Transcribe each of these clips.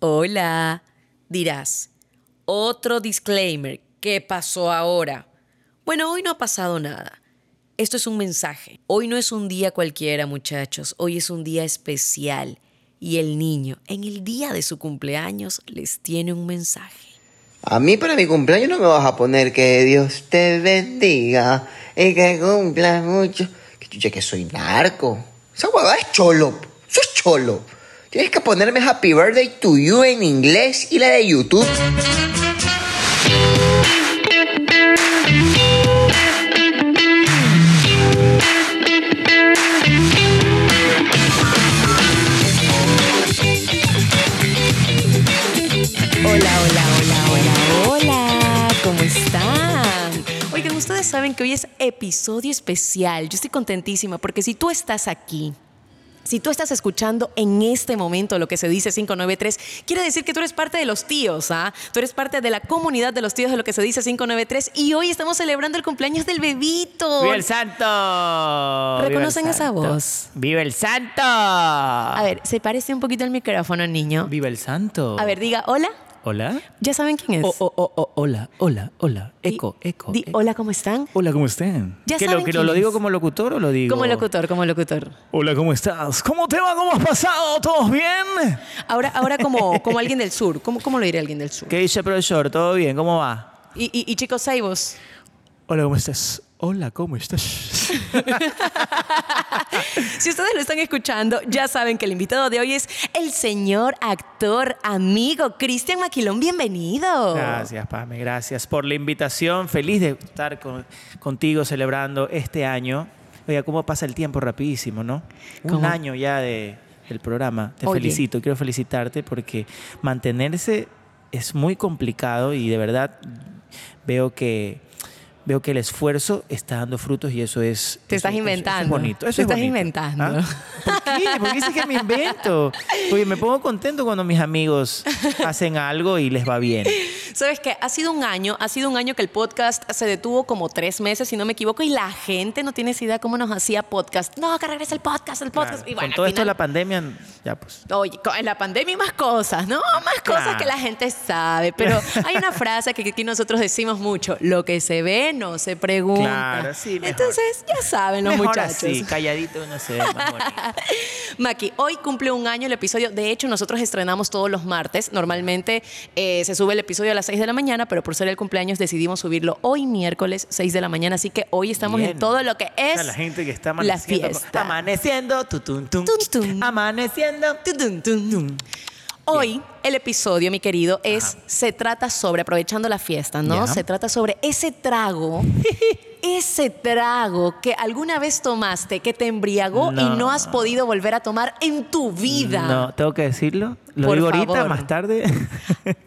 Hola, dirás. Otro disclaimer. ¿Qué pasó ahora? Bueno, hoy no ha pasado nada. Esto es un mensaje. Hoy no es un día cualquiera, muchachos. Hoy es un día especial. Y el niño, en el día de su cumpleaños, les tiene un mensaje. A mí para mi cumpleaños no me vas a poner que Dios te bendiga y que cumplas mucho. Que chucha, que soy narco. Esa huevada es cholo. Eso es cholo. Tienes que ponerme Happy Birthday to You en inglés y la de YouTube. Hola, hola, hola, hola, hola. ¿Cómo están? Oigan, ustedes saben que hoy es episodio especial. Yo estoy contentísima porque si tú estás aquí, si tú estás escuchando en este momento lo que se dice 593, quiere decir que tú eres parte de los tíos, ¿ah? Tú eres parte de la comunidad de los tíos de lo que se dice 593 y hoy estamos celebrando el cumpleaños del bebito. ¡Viva el santo! ¿Reconocen ¡Viva el esa santo! voz? ¡Viva el santo! A ver, se parece un poquito el micrófono, niño. ¡Viva el santo! A ver, diga hola. ¿Hola? Ya saben quién es. Oh, oh, oh, oh, hola, hola, hola. Di- Eco, eco. di eco. hola, ¿cómo están? Hola, ¿cómo están? Ya ¿Que lo, saben que lo, quién lo digo es. como locutor o lo digo? Como locutor, como locutor. Hola, ¿cómo estás? ¿Cómo te va? ¿Cómo has pasado? ¿Todos bien? Ahora, ahora como, como alguien del sur. ¿Cómo, cómo lo diría alguien del sur? ¿Qué dice profesor? ¿Todo bien? ¿Cómo va? Y, y, y chicos, Saibos. Hola, ¿cómo estás? Hola, ¿cómo estás? Si ustedes lo están escuchando, ya saben que el invitado de hoy es el señor actor, amigo Cristian Maquilón. Bienvenido. Gracias, Pame, gracias por la invitación. Feliz de estar con- contigo celebrando este año. Oiga, cómo pasa el tiempo rapidísimo, ¿no? Un ¿Cómo? año ya de, del programa. Te Oye. felicito, quiero felicitarte porque mantenerse es muy complicado y de verdad veo que veo que el esfuerzo está dando frutos y eso es eso- Te estás eso- eso inventando. es bonito. Eso Te es estás bonito. ¿Ah? inventando. ¿Por qué? ¿Por qué dices que me invento? Oye, me pongo contento cuando mis amigos hacen algo y les va bien. Sabes que ha sido un año, ha sido un año que el podcast se detuvo como tres meses, si no me equivoco, y la gente no tienes idea cómo nos hacía podcast. No, que regrese el podcast, el podcast. Claro. Y bueno, con todo al esto de final- la pandemia, ya pues. Oye, co- en la pandemia hay más cosas, ¿no? Más cosas Claro. que la gente sabe. Pero hay una frase que aquí nosotros decimos mucho: lo que se ve no se pregunta. Claro, sí, mejor. Entonces, ya saben los Mejor muchachos. así, calladito no se ve más bonito. Maki, hoy cumple un año el episodio. De hecho, nosotros estrenamos todos los martes. Normalmente eh, se sube el episodio a las 6 de la mañana, pero por ser el cumpleaños decidimos subirlo hoy miércoles, 6 de la mañana. Así que hoy estamos Bien. en todo lo que O es sea, la gente que está la amaneciendo. fiesta. Amaneciendo, tu, tun, tun. Tun, tun. Amaneciendo. Tun, tun, tun, tun. Hoy el episodio, mi querido, es se trata sobre aprovechando la fiesta, ¿no? Ya. Se trata sobre ese trago, ese trago que alguna vez tomaste, que te embriagó y No. no has podido volver a tomar en tu vida. No, tengo que decirlo. Lo Por digo ahorita, favor. más tarde.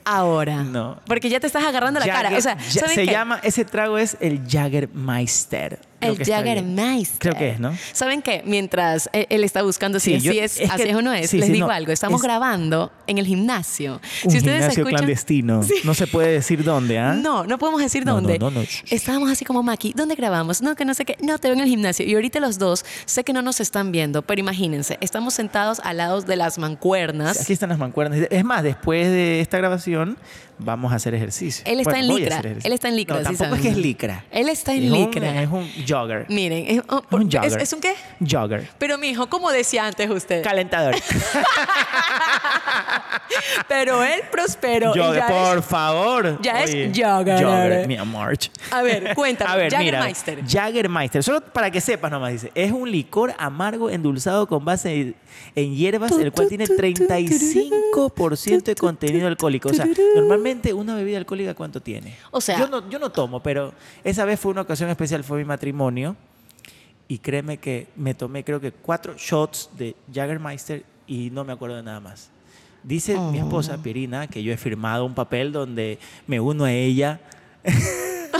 Ahora. No. Porque ya te estás agarrando la cara. Jagger- O sea, ya- ¿saben se qué? llama, ese trago es el Jaggermeister. Creo El que está bien. Jaggermeister. Creo que es, ¿no? ¿Saben qué? Mientras eh, él está buscando si Sí, así yo- es, es que- así es o no es, sí, les sí, digo no, algo. Estamos es- grabando en el gimnasio. Un gimnasio clandestino. Sí. No se puede decir dónde, ¿ah? No, no podemos decir No, no, dónde. no, no. Shh, shh. Estábamos así como Maki, ¿dónde grabamos? No, que no sé qué. No, te veo en el gimnasio. Y ahorita los dos, sé que no nos están viendo, pero imagínense, estamos sentados al lado de las mancuernas. Aquí están las mancuernas. Es más, después de esta grabación vamos a hacer ejercicio. Él está Bueno, en voy a licra. hacer ejercicio. Él está en licra. No, sí tampoco es saben. que es licra. Él está en Es un- licra. es un jogger. Miren, es, oh, Es un por- es- jogger. ¿es un qué? Jogger. Pero mijo, como decía antes usted, Calentador. pero él prosperó. y Jogger, ya por es- favor. ya es Oye, jogger. Jogger, mi amor. A ver, cuéntame, A ver, mira. Jägermeister. Jägermeister. Solo para que sepas nomás, dice. Es un licor amargo endulzado con base en hierbas, el cual tiene 35% de contenido alcohólico. O sea, normalmente una bebida alcohólica, ¿cuánto tiene? O sea- Yo no, yo no tomo, pero esa vez fue una ocasión especial, fue mi matrimonio. Y créeme que me tomé creo que cuatro shots de Jagermeister y no me acuerdo de nada más. Dice mi esposa Pirina que yo he firmado un papel donde me uno a ella en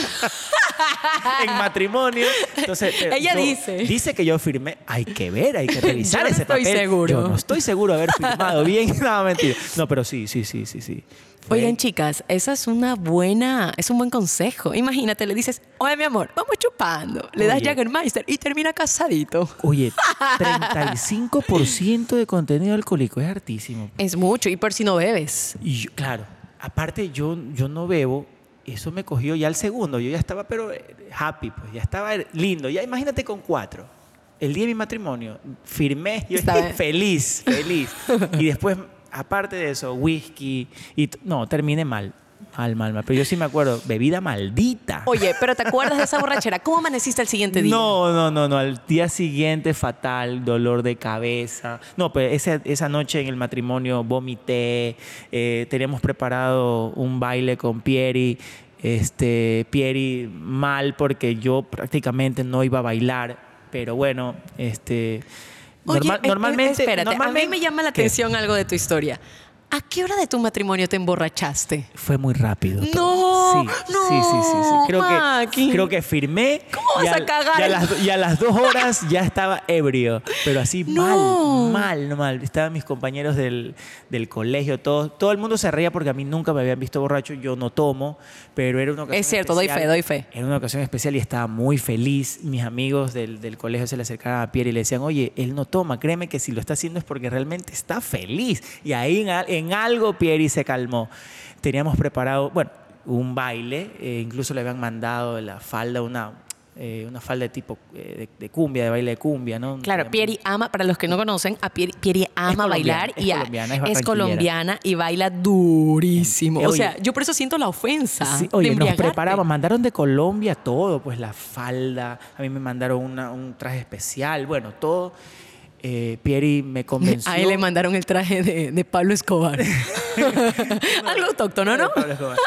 matrimonio. Entonces, eh, Ella yo- dice. Dice que yo firmé. Hay que ver, hay que revisar Yo no ese estoy papel. seguro. Yo no estoy seguro de haber firmado bien. No, mentira. No, pero sí, sí, sí, sí, sí. Fue- Oigan, chicas, esa es una buena, es un buen consejo. Imagínate, le dices, oye, mi amor, vamos chupando. Le das Oye. Jaggermeister y termina casadito. Oye, 35% de contenido alcohólico es hartísimo. Es mucho, y por si no bebes. Y yo- claro, aparte yo, yo no bebo, eso me cogió ya el segundo, yo ya estaba pero eh, happy, pues ya estaba lindo, ya imagínate con cuatro. El día de mi matrimonio, firmé, yo Está bien. feliz, feliz. Y después, aparte de eso, whisky, y t- no, terminé mal, mal, mal, mal. Pero yo sí me acuerdo, bebida maldita. Oye, pero ¿te acuerdas de esa borrachera? ¿Cómo amaneciste el siguiente día? No, no, no, no. Al día siguiente fatal, dolor de cabeza. No, pero esa, esa noche en el matrimonio vomité. eh, teníamos preparado un baile con Pieri. Este, Pieri mal porque yo prácticamente no iba a bailar. Pero bueno, este. Oye, normal- eh, eh, normalmente, espérate, a mí normalmente- me llama la ¿Qué? atención algo de tu historia. ¿A qué hora de tu matrimonio te emborrachaste? Fue muy rápido. No, todo. sí, no, sí, sí, sí, sí. Creo Maki. que, creo que firmé. ¿Cómo y vas a cagar Y a, el- las, y a las dos horas ya estaba ebrio. Pero así No. mal, mal, mal. Estaban mis compañeros del, del colegio, todos. Todo el mundo se reía porque a mí nunca me habían visto borracho. Yo no tomo, pero era una ocasión. Es cierto, doy especial. fe, doy fe. Era una ocasión especial y estaba muy feliz. Mis amigos del, del colegio se le acercaban a Pierre y le decían, oye, él no toma, créeme que si lo está haciendo es porque realmente está feliz. Y ahí en, al- en algo Pierre se calmó. Teníamos preparado, bueno, un baile, eh, incluso le habían mandado la falda, una, eh, una falda de tipo eh, de, de cumbia, de baile de cumbia, ¿no? Claro, Teníamos- Pieri ama, para los que no conocen, a Pieri, Pieri ama colombiana, bailar es y a- colombiana, es es barranquillera. colombiana y baila durísimo. Eh, o oye. sea, yo por eso siento la ofensa. Sí, de oye, nos embriagarte. preparaban, mandaron de Colombia todo, pues la falda, a mí me mandaron una- un traje especial, bueno, todo. Eh, Pieri me convenció. A él le mandaron el traje de, de Pablo Escobar. Algo autóctono, ¿no? Pablo Escobar.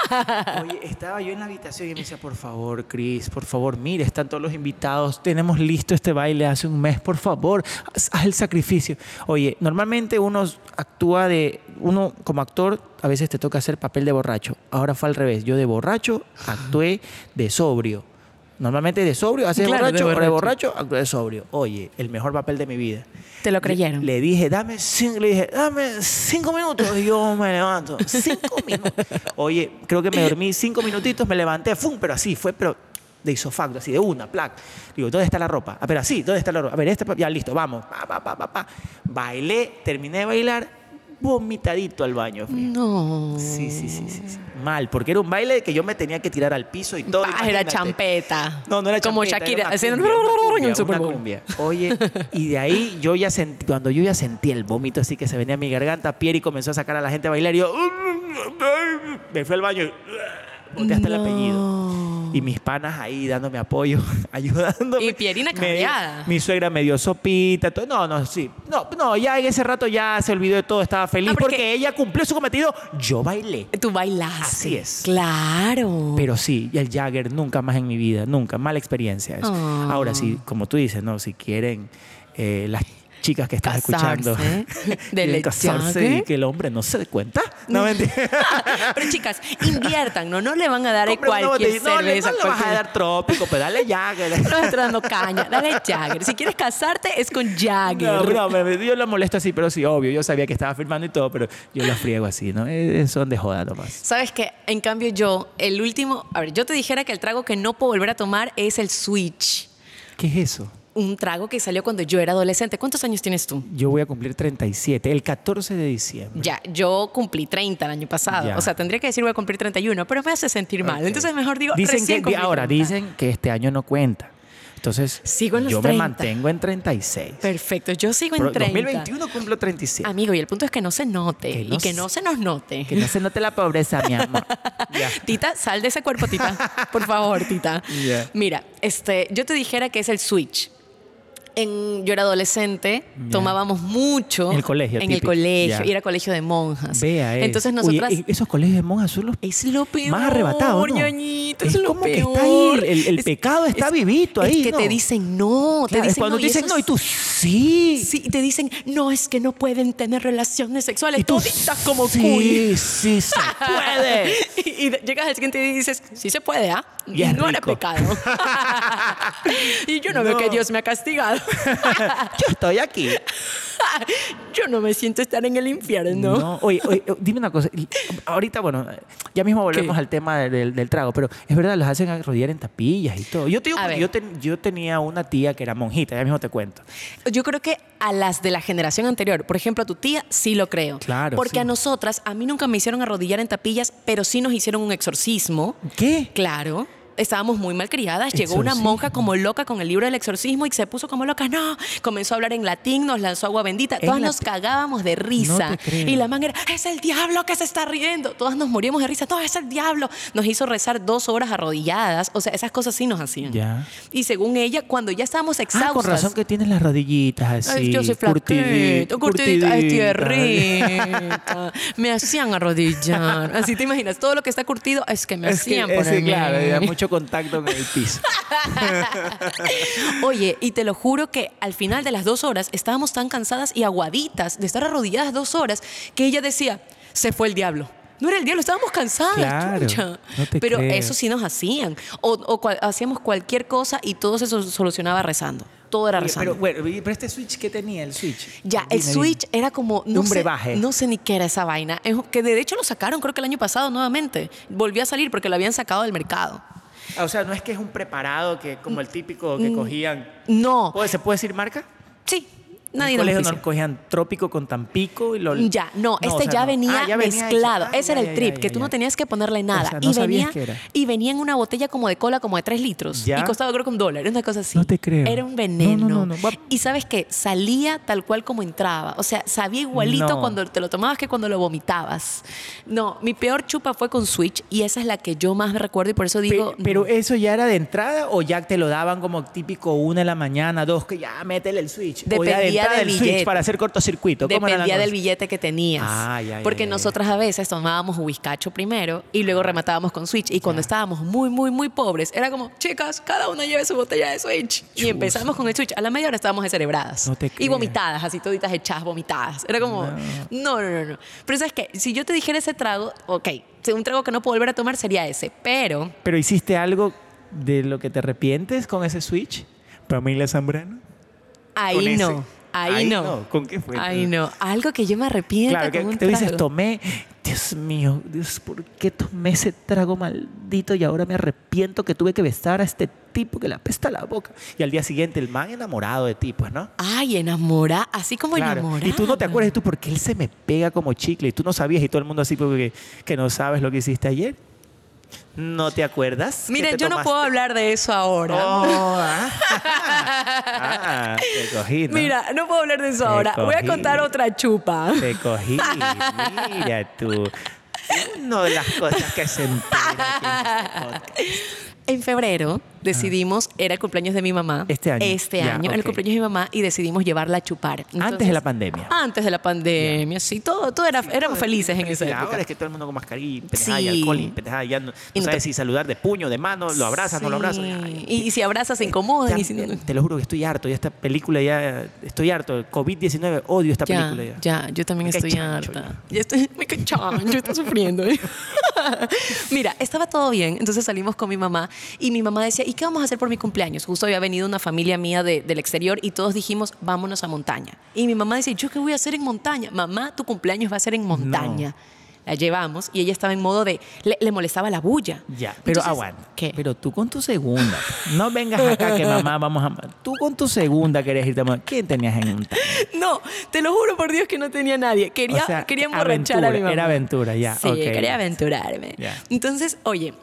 Oye, estaba yo en la habitación y me decía, por favor, Cris, por favor, mire, están todos los invitados, tenemos listo este baile hace un mes, por favor, haz, haz el sacrificio. Oye, normalmente uno actúa de, uno como actor a veces te toca hacer papel de borracho, ahora fue al revés, yo de borracho actué de sobrio. Normalmente de sobrio, haces de Claro, de borracho, o de borracho. borracho, actué de sobrio. Oye, el mejor papel de mi vida. Te lo Le- creyeron. Le, dije, dame cinco, le dije, dame cinco minutos y yo me levanto. Cinco minutos. Oye, creo que me dormí cinco minutitos, me levanté, ¡fum! Pero así, fue, pero de isofacto, así, de una, plac. Digo, ¿dónde está la ropa? Ah, pero así, ¿dónde está la ropa? A ver, este, pa- ya listo, vamos. Pa, pa, pa, pa, pa. Bailé, terminé de bailar, vomitadito al baño. fui. No. Sí, sí, sí, sí, sí. Mal, porque era un baile que yo me tenía que tirar al piso y todo. Ah, era imagínate. champeta. No, no era Como champeta, Shakira era una haciendo cumbia, una cumbia, en el Super una Bowl. cumbia. Oye, y de ahí yo ya sentí, cuando yo ya sentí el vómito así que se venía a mi garganta, Pieri comenzó a sacar a la gente a bailar y yo me fui al baño y boté hasta el apellido. Y mis panas ahí dándome apoyo, ayudándome. Y Pierina Me- cambiada. Mi suegra me dio sopita, todo. No, no, sí. No, no, ya en ese rato ya se olvidó de todo, estaba feliz Ah, porque- porque ella cumplió su cometido. Yo bailé. Tú bailaste. Así es. Claro. Pero sí, y el Jagger nunca más en mi vida, nunca. Mala experiencia eso. Ah. Ahora sí, como tú dices, ¿no? Si quieren eh, las chicas que estás Casarse. escuchando Del quieren casarse Jagger. Mm. y que el hombre no se dé cuenta. No, mentira. Pero chicas, inviertan, ¿no? No le van a dar Compren una cualquier botella. no, le- cerveza. no le vas a cualquier- dar trópico, pero dale Jagger. No me estoy dando caña. Dale Jagger. Si quieres casarte, es con Jagger. No, no, me- yo la molesto así, pero sí, obvio. Yo sabía que estaba firmando y todo, pero yo la friego así, ¿no? Eh, son de joda nomás. Sabes que, en cambio, yo, el último. A ver, yo te dijera que el trago que no puedo volver a tomar es el Switch. ¿Qué es eso? Un trago que salió cuando yo era adolescente. ¿Cuántos años tienes tú? Yo voy a cumplir 37, el 14 de diciembre. Ya, yo cumplí 30 el año pasado. Ya. O sea, tendría que decir voy a cumplir 31, pero me hace sentir mal. Ok. Entonces, mejor digo, dicen recién que di- cumplí ahora 30. dicen que este año no cuenta. Entonces, Sigo en los yo 30. me mantengo en 36. Perfecto, yo sigo en Pero 30. 2021 cumplo 37. Amigo, y el punto es que no se note Que y no que se- no se nos note. Que no se note la pobreza, mi amor. Ya. Tita, sal de ese cuerpo, Tita. Por favor, Tita. Ya. Mira, este, yo te dijera que es el switch. en- yo era adolescente, Ya. tomábamos mucho. En el colegio, En el típico. colegio, Ya. y era colegio de monjas. Vea, es. Entonces Oye, nosotras... e- esos colegios de monjas son los es lo peor. más arrebatados, ¿no? ñañito, Es es, lo como que peor. está ahí, el- el pecado está vivito ahí, Es que ¿no? te dicen no, Claro, te es dicen cuando no. te dicen eso no y es- tú sí. Sí, y te dicen, no, es que no pueden tener relaciones sexuales. y tú toditas como sí, cuy. Sí, se puede. y, y de- llegas al siguiente día y dices, sí se puede, ¿ah? Y es no era rico. pecado. y yo no, veo No. que Dios me ha castigado. Yo estoy aquí. yo no me siento estar en el infierno. Oye, oye, oye, dime una cosa. Ahorita, bueno, ya mismo volvemos ¿Qué? al tema del, del trago, pero es verdad, los hacen arrodillar en tapillas y todo. Yo te digo, A porque ver. yo, ten- yo tenía una tía que era monjita, ya mismo te cuento. Yo creo que a las de la generación anterior, por ejemplo, a tu tía, sí lo creo. Claro, Porque sí. a nosotras, a mí nunca me hicieron arrodillar en tapillas, pero sí nos hicieron un exorcismo. ¿Qué? Ah, Claro. Estábamos muy malcriadas. Llegó una Exorcismo. monja como loca con el libro del exorcismo y se puso como loca. No, comenzó a hablar en latín, nos lanzó agua bendita. En Todas lat- nos cagábamos de risa. No te creo. y la man era, es el diablo que se está riendo. Todas nos moríamos de risa. No, es el diablo. Nos hizo rezar dos horas arrodilladas. O sea, esas cosas sí nos hacían. Ya. Y según ella, cuando ya estábamos exhaustas. Ah, con razón que tienes las rodillitas Ay, así. yo soy curtidi- flaquito, curtidita, ay, curtidita. tierrita. Me hacían arrodillar. Así te imaginas, todo lo que está curtido es que me Es que, hacían es poner que, claro, mí. había mucho contacto con el piso. Oye, y te lo juro que al final de las dos horas estábamos tan cansadas y aguaditas de estar arrodilladas dos horas que ella decía, se fue el diablo. No era el diablo, estábamos cansadas. Claro, chucha. no te Pero creo. eso sí nos hacían. O, o cual- hacíamos cualquier cosa y todo se so- solucionaba rezando. Todo era rezando. Pero, bueno, pero este switch que tenía, el switch. Ya, el Dime, dime. Switch era como. No Un sé, brebaje. No sé ni qué era esa vaina. Es que de hecho lo sacaron, creo que el año pasado nuevamente. Volvió a salir porque lo habían sacado del mercado. Ah, O sea, no es que es un preparado que como el típico que cogían. Mm. No. ¿Puede- ¿Se puede decir marca? Sí, En nadie nos el lo colegio ofició. no cogían trópico con Tampico y lo Ya, no, este o sea, ya, no. Venía Ah, ya venía mezclado. hecho. Ah, Ese ya, era ya, el trip, ya, que tú ya. no tenías que ponerle nada. O sea, no y, sabías venía, qué era. y venía en una botella como de cola, como de 3 litros. Ya. Y costaba creo que un dólar, una cosa así. No te creo. Era un veneno. No, no, no, no. Va- Y sabes que salía tal cual como entraba. O sea, sabía igualito No. cuando te lo tomabas que cuando lo vomitabas. No, mi peor chupa fue con Switch y esa es la que yo más recuerdo y por eso Pe- digo. pero eso ya era de entrada o ya te lo daban como típico una de la mañana, dos, que ya métele el switch. o ya de Dependía entrada del el switch billete. para hacer cortocircuito. ¿Cómo era la Dependía del cosa? billete que tenías. Ah, ya, ya, porque ya, ya. nosotras a veces tomábamos whiskacho primero y luego rematábamos con Switch. Y cuando estábamos muy, muy, muy pobres, era como, chicas, cada una lleve su botella de Switch. Y Chus. empezamos con el Switch. A la media hora estábamos descerebradas. No te y creo. vomitadas, así toditas echadas, vomitadas. Era como, no, no, no, no. Pero sabes que si yo te dijera ese trago, ok, si un trago que no puedo volver a tomar sería ese. Pero Pero hiciste algo de lo que te arrepientes con ese switch. Pamela Zambrano. Con ahí ese. no. Ahí, Ahí no. no. ¿Con qué fue? Ahí no. Algo que yo me arrepiento. Claro, que con un te dices, trago. tomé, Dios mío, Dios, ¿por qué tomé ese trago maldito y ahora me arrepiento que tuve que besar a este tipo que le apesta la boca? Y al día siguiente, el man enamorado de ti, pues, ¿no? Ay, enamora, así como Claro. enamora. Y tú no te acuerdas, y tú, porque él se me pega como chicle? Y tú no sabías, y todo el mundo así, porque que no sabes lo que hiciste ayer. ¿No te acuerdas? que Miren, te yo no tomaste? puedo hablar de eso ahora. Oh, ah, ah, te cogí, ¿no? Mira, no puedo hablar de Te eso ahora. Voy a cogí. contar otra chupa. Te cogí, mira tú. Una de las cosas que se entera aquí en este podcast. En febrero decidimos, era el cumpleaños de mi mamá. Ah. Este año. Este Ya, año, era el ok. cumpleaños de mi mamá y decidimos llevarla a chupar. Antes de la pandemia. Antes de la pandemia, sí, todo, todo era, éramos felices en esa Y época. Ahora es que todo el mundo con mascarilla, y pendejada, y Sí. alcohol, y pendejada, ya no, no Y no te- sabes si saludar de puño, de mano, lo abrazas, no lo abrazas. ya, ya. Sí. Y, y si abrazas, se incomodan. y si no, Ya, no. Te lo juro que estoy harto, ya esta película ya estoy harto, COVID-19, odio esta Ya, película ya. ya, yo también Me cae estoy chancho, harta. Ya estoy, me cae chancho, estoy sufriendo. Mira, estaba todo bien, entonces salimos con mi mamá y mi mamá decía, ¿y qué vamos a hacer por mi cumpleaños? Justo había venido una familia mía de- del exterior y todos dijimos, vámonos a montaña. Y mi mamá decía, ¿yo qué voy a hacer en montaña? Mamá, tu cumpleaños va a ser en montaña. La llevamos y ella estaba en modo de, le, le molestaba la bulla. Ya, pero Entonces, aguanta. ¿Qué? Pero tú con tu segunda. No vengas acá que mamá vamos a. Tú con tu segunda querías irte a mamá. ¿Quién tenías en un No, te lo juro por Dios que no tenía nadie. Quería, O sea, quería emborrachar a mi aventura, mamá. era aventura, ya, Sí, ok. quería aventurarme. Ya. Entonces, oye.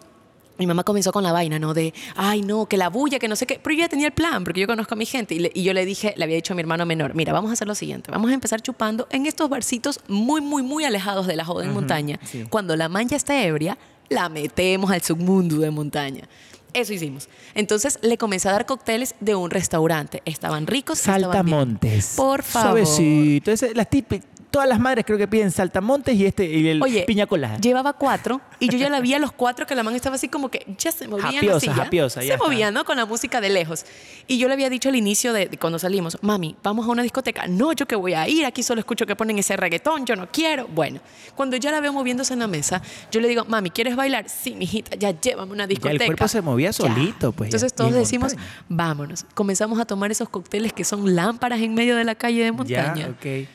Mi mamá comenzó con la vaina, ¿no? De, ay, no, que la bulla, que no sé qué. Pero yo ya tenía el plan, porque yo conozco a mi gente. Y, le- y yo le dije, le había dicho a mi hermano menor, mira, vamos a hacer lo siguiente. Vamos a empezar chupando en estos barcitos muy, muy, muy alejados de la joven montaña. sí. Cuando la man ya esté ebria, la metemos al submundo de montaña. Eso hicimos. Entonces le comencé a dar cócteles de un restaurante. Estaban ricos. estaban bien. Saltamontes. Por favor. Suavecito. Ese- las típi- todas las madres creo que piden saltamontes y este y el Oye, piña colada. llevaba cuatro y yo ya la vi a los cuatro que la man estaba así como que ya se movían Japiosa, así. ya. japiosa, ya se está. movían, ¿no? Con la música de lejos. Y yo le había dicho al inicio de, de cuando salimos, mami, vamos a una discoteca. No, yo que voy a ir, aquí solo escucho que ponen ese reggaetón, yo no quiero. Bueno, cuando ya la veo moviéndose en la mesa, yo le digo, mami, ¿quieres bailar? Sí, mijita, ya llévame a una discoteca. cuerpo se movía Ya. solito, pues, ya, Entonces y todos en decimos, montaña. vámonos. Comenzamos a tomar esos cócteles que son lámparas en medio de la calle de montaña. Ya, ok.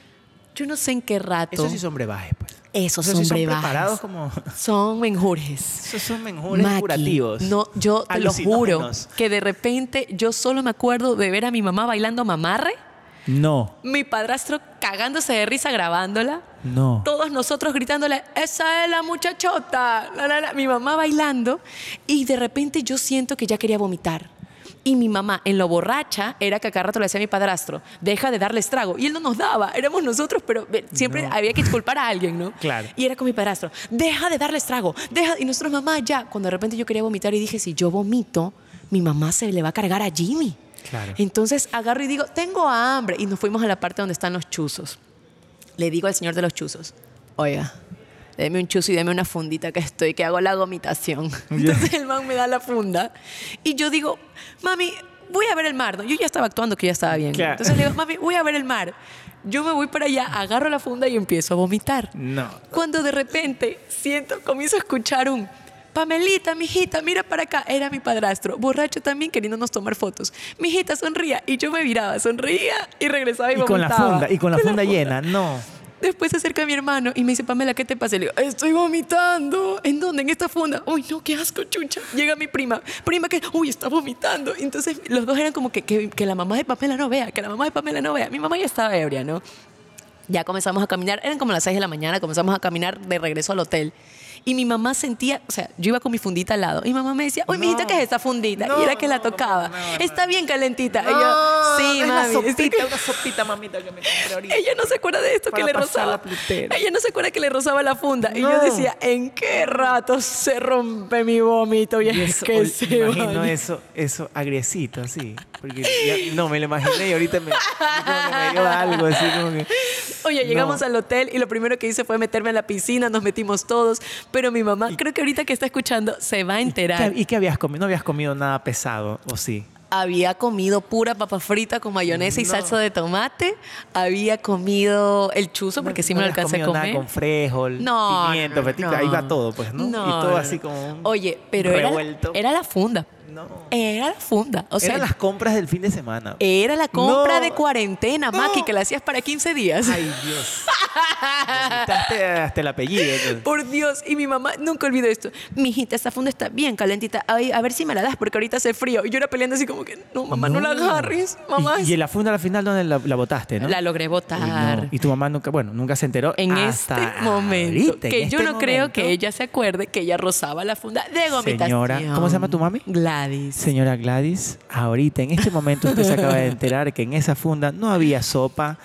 Yo no sé en qué rato. Esos sí son brebajes, pues. Esos sí son brebajes. preparados como... Son menjurjes. Esos son mejores Maki, curativos. No, yo te lo juro Alucinógenos. que de repente yo solo me acuerdo de ver a mi mamá bailando mamarre, No, mi padrastro cagándose de risa grabándola, no. todos nosotros gritándole, esa es la muchachota, la, la, la", mi mamá bailando y de repente yo siento que ya quería vomitar. Y mi mamá, en lo borracha, era que a cada rato le decía a mi padrastro, deja de darle estrago. Y él no nos daba, éramos nosotros, pero eh, siempre No. había que culpar a alguien, ¿no? Claro. Y era con mi padrastro, deja de darle estrago, deja. Y nosotros, mamá, ya. Cuando de repente yo quería vomitar y dije, si yo vomito, mi mamá se le va a cargar a Jimmy. Claro. Entonces agarro y digo, tengo hambre. Y nos fuimos a la parte donde están los chuzos. Le digo al señor de los chuzos, oiga, deme un chuzo y deme una fundita que estoy, que hago la gomitación. Entonces el man me da la funda. Y yo digo, mami, voy a ver el mar. ¿no? Yo ya estaba actuando que ya estaba bien. Claro. Entonces le digo, mami, voy a ver el mar. Yo me voy para allá, agarro la funda y empiezo a vomitar. No. Cuando de repente siento, comienzo a escuchar un Pamelita, mijita, mira para acá. Era mi padrastro, borracho también, queriéndonos tomar fotos. Mijita, sonría. Y yo me miraba, sonría y regresaba y, Y con la vomitaba. funda, y con la funda llena, no. Después se acerca mi hermano y me dice, Pamela, ¿qué te pasa? Y le digo, estoy vomitando. ¿En dónde? En esta funda. Uy, no, qué asco, chucha. Llega mi prima. Prima que, uy, está vomitando. Entonces los dos eran como que, que, que la mamá de Pamela no vea, que la mamá de Pamela no vea. Mi mamá ya estaba ebria, ¿no? Ya comenzamos a caminar, eran como las 6 de la mañana, comenzamos a caminar de regreso al hotel. Y mi mamá sentía, o sea, yo iba con mi fundita al lado. Y mi mamá me decía, uy, mijita, ¿qué es esta fundita? y era que la tocaba. Está bien calentita. Y yo, sí, mami. estoy sopita, una sopita, mamita, que me compré ahorita. ella no se acuerda de esto Para que le pasar la rozaba. plutera. Ella no se acuerda que le rozaba la funda. Y yo No. decía, ¿en qué rato se rompe mi vómito? Y, Y es eso, que ol- se imagino baña. eso, eso agriecito, así. Porque ya- no, me lo imaginé y ahorita me, como que me dio algo así como que... Oye, No. llegamos al hotel y lo primero que hice fue meterme a la piscina, nos metimos todos. Pero mi mamá, creo que ahorita que está escuchando, se va a enterar. ¿Qué- ¿Y qué habías comido? ¿No habías comido nada pesado o sí? había comido pura papa frita con mayonesa y salsa de tomate. Había comido el chuzo, porque sí me lo habías alcancé a comido nada comer. con frijol, No, pimiento, no, fetita, no. ahí va todo, pues, ¿no? y todo no, así no. como un Oye, pero era, revuelto. era la funda. No. Era la funda. O sea, eh, Eran las compras del fin de semana. Era la compra No. de cuarentena, No. Maki, que la hacías para 15 días. Ay, Dios. Vomitaste hasta el apellido. entonces. Por Dios, y mi mamá, nunca olvido esto. Mijita, esta funda está bien calentita. Ay, a ver si me la das porque ahorita hace frío. Y yo era peleando así como que, no, mamá, no, la agarres. Mamá, Y, y en la funda al final, ¿dónde la, la botaste, no? la logré Uy, botar. no. Y tu mamá nunca, bueno, nunca se enteró. En hasta este momento, ahorita, en que yo este no creo momento. que ella se acuerde que ella rozaba la funda de gomitas. Señora, ¿cómo se llama tu mami? Gladys. Señora Gladys, ahorita en este momento usted se acaba de enterar que en esa funda no había sopa,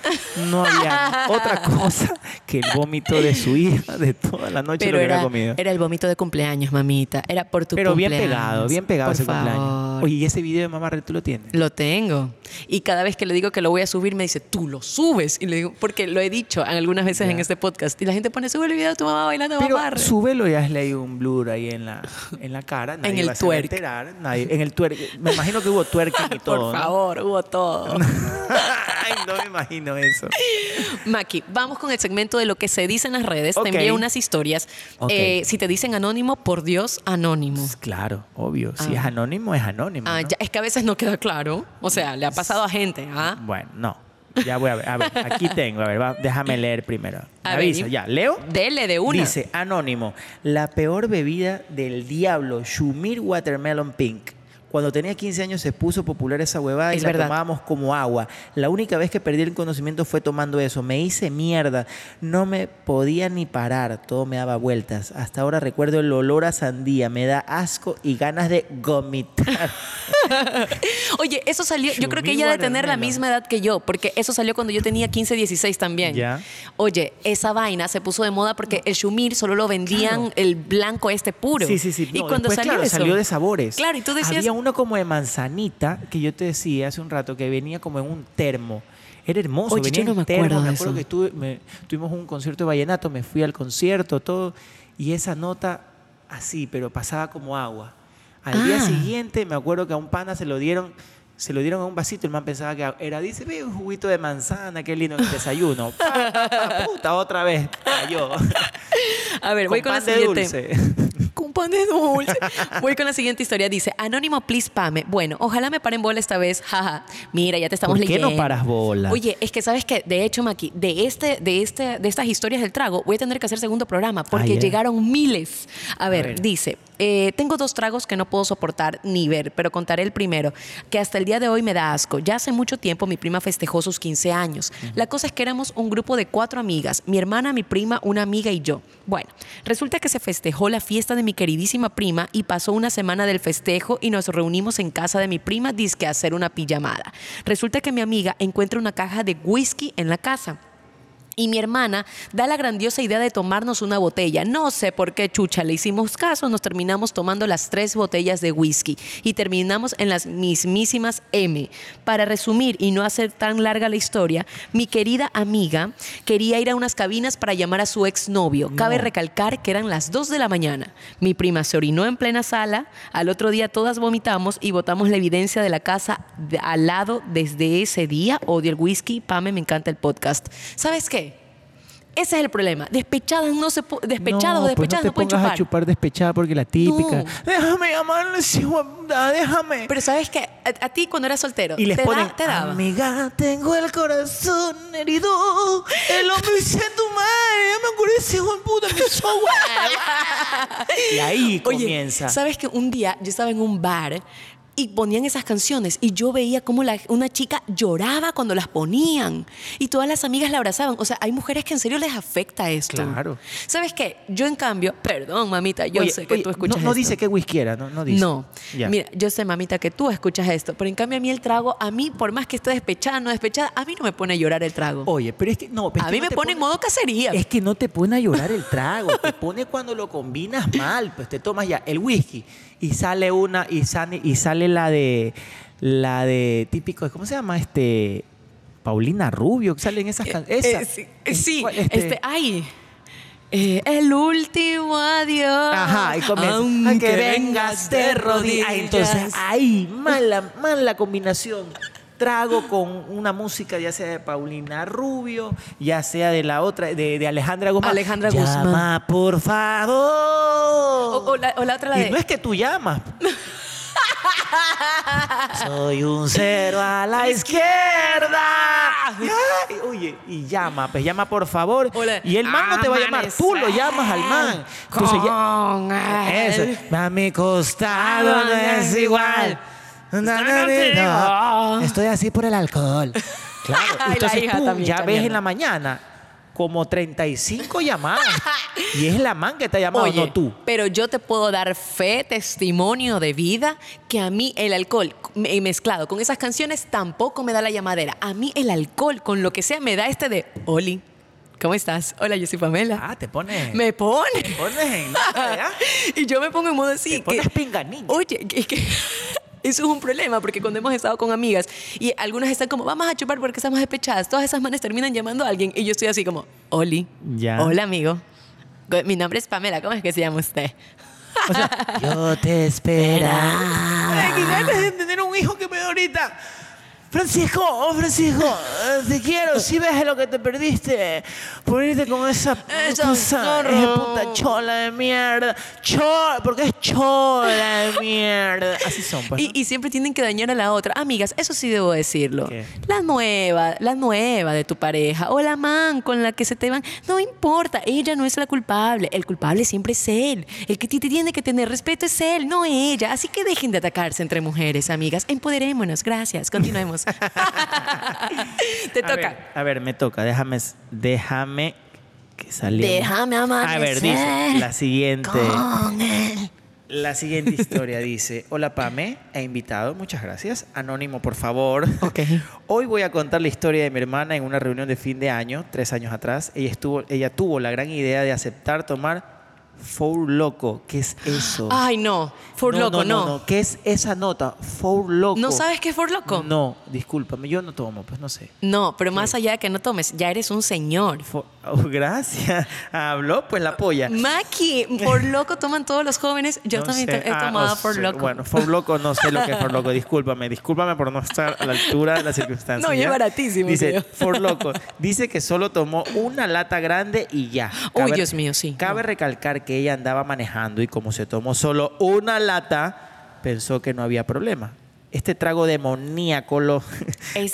no había otra cosa que el vómito de su hija de toda la noche Pero lo que era, había comido. era el vómito de cumpleaños, mamita. Era por tu Pero bien cumpleaños. pegado, bien pegado Por ese cumpleaños. favor. Oye, ¿y ese video de mamá Red tú lo tienes? Lo tengo. Y cada vez que le digo que lo voy a subir, me dice, tú lo subes. Y le digo, porque lo he dicho algunas veces en este podcast. Y la gente pone, sube el video de tu mamá bailando Pero mamarre. súbelo y hazle ahí un blur ahí en la, en la cara. Nadie el va a se va a twerk. enterar, nadie- en el twerk. Me imagino que hubo twerking y todo. Por ¿no? favor, hubo todo. Ay, no me imagino eso. Maki, vamos con el segmento de lo que se dice en las redes. Ok. Te envié unas historias. Ok. Eh, si te dicen anónimo, por Dios, anónimo. Pues claro, obvio. Si es anónimo, es anónimo. Ah, ¿no? ya, es que a veces no queda claro. O sea, le ha pasado a gente. ¿ah? Bueno, no. Ya voy a ver. A ver, aquí tengo. A ver, va, déjame leer primero. A Avisa, ver, ya. ¿Leo? Dele de una. Dice, anónimo, la peor bebida del diablo, Shumir Watermelon Pink. Cuando tenía 15 años se puso popular esa huevada Es y la verdad. tomábamos como agua. La única vez que perdí el conocimiento fue tomando eso. Me hice mierda. No me podía ni parar. Todo me daba vueltas. Hasta ahora recuerdo el olor a sandía. Me da asco y ganas de vomitar. Oye, eso salió, yo creo que Chumí ella ha de tener la Watermelon. misma edad que yo, porque eso salió cuando yo tenía 15, 16 también. Ya. Oye, esa vaina se puso de moda porque el shumir solo lo vendían el blanco este puro. Sí, sí, sí. Y No, cuando después, salió claro, eso- salió de sabores. Claro, y tú decías, Había uno como de manzanita que yo te decía hace un rato que venía como en un termo. Era hermoso, Oye, venía yo no en me termo. acuerdo me de acuerdo eso. que estuve- me- tuvimos un concierto de vallenato, me fui al concierto, todo. Y esa nota así, pero pasaba como agua. Al día Ah. siguiente me acuerdo que a un pana se lo dieron. Se lo dieron a un vasito, el man pensaba que era, dice, ve un juguito de manzana, qué lindo, el desayuno. Pa, pa, pa, puta, otra vez, cayó. a ver, voy con la pan de siguiente. dulce. Con pan de dulce. Voy con la siguiente historia. Dice, Anónimo, please pame. Bueno, ojalá me paren bola esta vez. Jaja. Mira, ya te estamos ¿Por qué leyendo. no paras bola? Oye, es que sabes que, de hecho, Maki, de este, de este, de estas historias del trago, voy a tener que hacer segundo programa porque Ah, ya. llegaron miles. A ver, ver. dice. eh, tengo dos tragos que no puedo soportar ni ver, pero contaré el primero, que hasta el día de hoy me da asco. Ya hace mucho tiempo mi prima festejó sus 15 años. La cosa es que éramos un grupo de cuatro amigas, mi hermana, mi prima, una amiga y yo. Bueno, resulta que se festejó la fiesta de mi queridísima prima y pasó una semana del festejo y nos reunimos en casa de mi prima, disque a hacer una pijamada. Resulta que mi amiga encuentra una caja de whisky en la casa. Y mi hermana da la grandiosa idea de tomarnos una botella. No sé por qué, chucha, le hicimos caso. Nos terminamos tomando las tres botellas de whisky y terminamos en las mismísimas M. Para resumir y no hacer tan larga la historia, mi querida amiga quería ir a unas cabinas para llamar a su exnovio. Cabe recalcar que eran las 2 de la mañana. Mi prima se orinó en plena sala. Al otro día todas vomitamos y botamos la evidencia de la casa de- al lado desde ese día. Odio el whisky. Pame, me encanta el podcast. ¿Sabes qué? Ese es el problema. Despechadas no se pu- despechados, no, pues despechadas no te no, pueden pongas chupar. a chupar despechada porque la típica. No. Déjame llamarle, si guapda, déjame. Pero ¿sabes qué? A, a ti cuando eras soltero y les te, da- ponen, te daba. amiga, tengo el corazón herido. El hombre dice tu madre, ya me ocurrió ese hijo de puta, mi software. y ahí Oye, comienza. ¿sabes que un día yo estaba en un bar y ponían esas canciones y yo veía como la- una chica lloraba cuando las ponían y todas las amigas la abrazaban? O sea, hay mujeres que en serio les afecta esto. Claro. ¿Sabes qué? Yo en cambio, perdón, mamita, yo Oye, sé que oye, tú escuchas No, no esto. dice qué whisky era, no, no dice. No. Ya. Mira, yo sé, mamita, que tú escuchas esto, pero en cambio a mí el trago, a mí, por más que esté despechada, no despechada, a mí no me pone a llorar el trago. Oye, pero es que no. pero es a que mí no me te pone en modo cacería. Es que no te pone a llorar el trago, te pone cuando lo combinas mal, pues te tomas ya el whisky y sale una y sale, y sale la de la de típico, ¿cómo se llama este? Paulina Rubio, que sale en esas canciones. Eh, sí, eh, sí, este, ay. eh, el último adiós. Ajá, y comienza. Aunque, "Aunque vengas de rodillas. Ah, Entonces, ahí, mala, mala combinación. Trago con una música, ya sea de Paulina Rubio, ya sea de la otra, de, de Alejandra Guzmán. Alejandra Llama, Guzmán. por favor. o, o la, o la otra la de. Y no es que tú llamas. Soy un cero a la izquierda. ¡Ah! Ay, oye, y llama, pues llama por favor. Hola. Y el man no te va a llamar, tú lo llamas al man. Entonces ya- Con Eso. él. A mi Ah, costado no es igual. No, no, no, no. Estoy así por el alcohol. Claro. Ay, Ah. la Entonces hija tú también, ya ves chambeando. en la mañana como 35 llamadas. y es la man que te ha llamado, Oye, no tú. pero yo te puedo dar fe, testimonio de vida, que a mí el alcohol me- mezclado con esas canciones tampoco me da la llamadera. A mí el alcohol con lo que sea me da este de, Oli, ¿cómo estás? Hola, yo soy Pamela. Ah, te pones. me pone. te pones en nota, ¿ya? y yo me pongo en modo así. Te pones pinga, niña. Oye, que- que- Eso es un problema porque cuando hemos estado con amigas y algunas están como, vamos a chupar porque estamos despechadas, todas esas manes terminan llamando a alguien y yo estoy así como, Oli, Ya. hola amigo, Go- mi nombre es Pamela, ¿cómo es que se llama usted? O sea, yo te esperaba. Ay, qué ganas de tener un hijo que me da ahorita. Francisco, oh Francisco, eh, te quiero, si ves lo que te perdiste por irte con esa, Esa cosa, zorra. esa puta chola de mierda. Chola, porque es chola de mierda. Así son, pues. Y, ¿no? y siempre tienen que dañar a la otra. Amigas, eso sí debo decirlo. ¿Qué? La nueva, la nueva de tu pareja o la man con la que se te van, no importa, ella no es la culpable. El culpable siempre es él. El que ti- te tiene que tener respeto es él, no ella. Así que dejen de atacarse entre mujeres, amigas. Empoderémonos. Gracias. Continuemos. te A ver, toca. a ver, me toca, déjame, déjame que salió. Déjame A ver, dice, amanecer la siguiente. Con él. La siguiente historia dice, hola Pame, he invitado, muchas gracias. Anónimo, por favor. Ok. Hoy voy a contar la historia de mi hermana en una reunión de fin de año, tres años atrás. Ella, estuvo, ella tuvo la gran idea de aceptar tomar Four Loco. ¿Qué es eso? Ay, no. For Ah, loco, no. No, ¿Qué es esa nota? Four Loco. sabes qué es for loco? No, discúlpame, yo no tomo, pues no sé. No, pero más allá de que no tomes, ya eres un señor. Fo- oh, gracias. Habló, pues la polla. Maki, por loco toman todos los jóvenes. Yo No también sé. to- he Ah, tomado o por sea, loco. Bueno, por loco no sé lo que es por loco. Discúlpame, discúlpame por no estar a la altura de las circunstancias. No, y es ¿ya? baratísimo, Dice, tío. por loco. Dice que solo tomó una lata grande y ya. Uy, Dios mío, sí. Cabe No. recalcar que ella andaba manejando y como se tomó solo una lata, pensó que no había problema. Este trago demoníaco lo, Es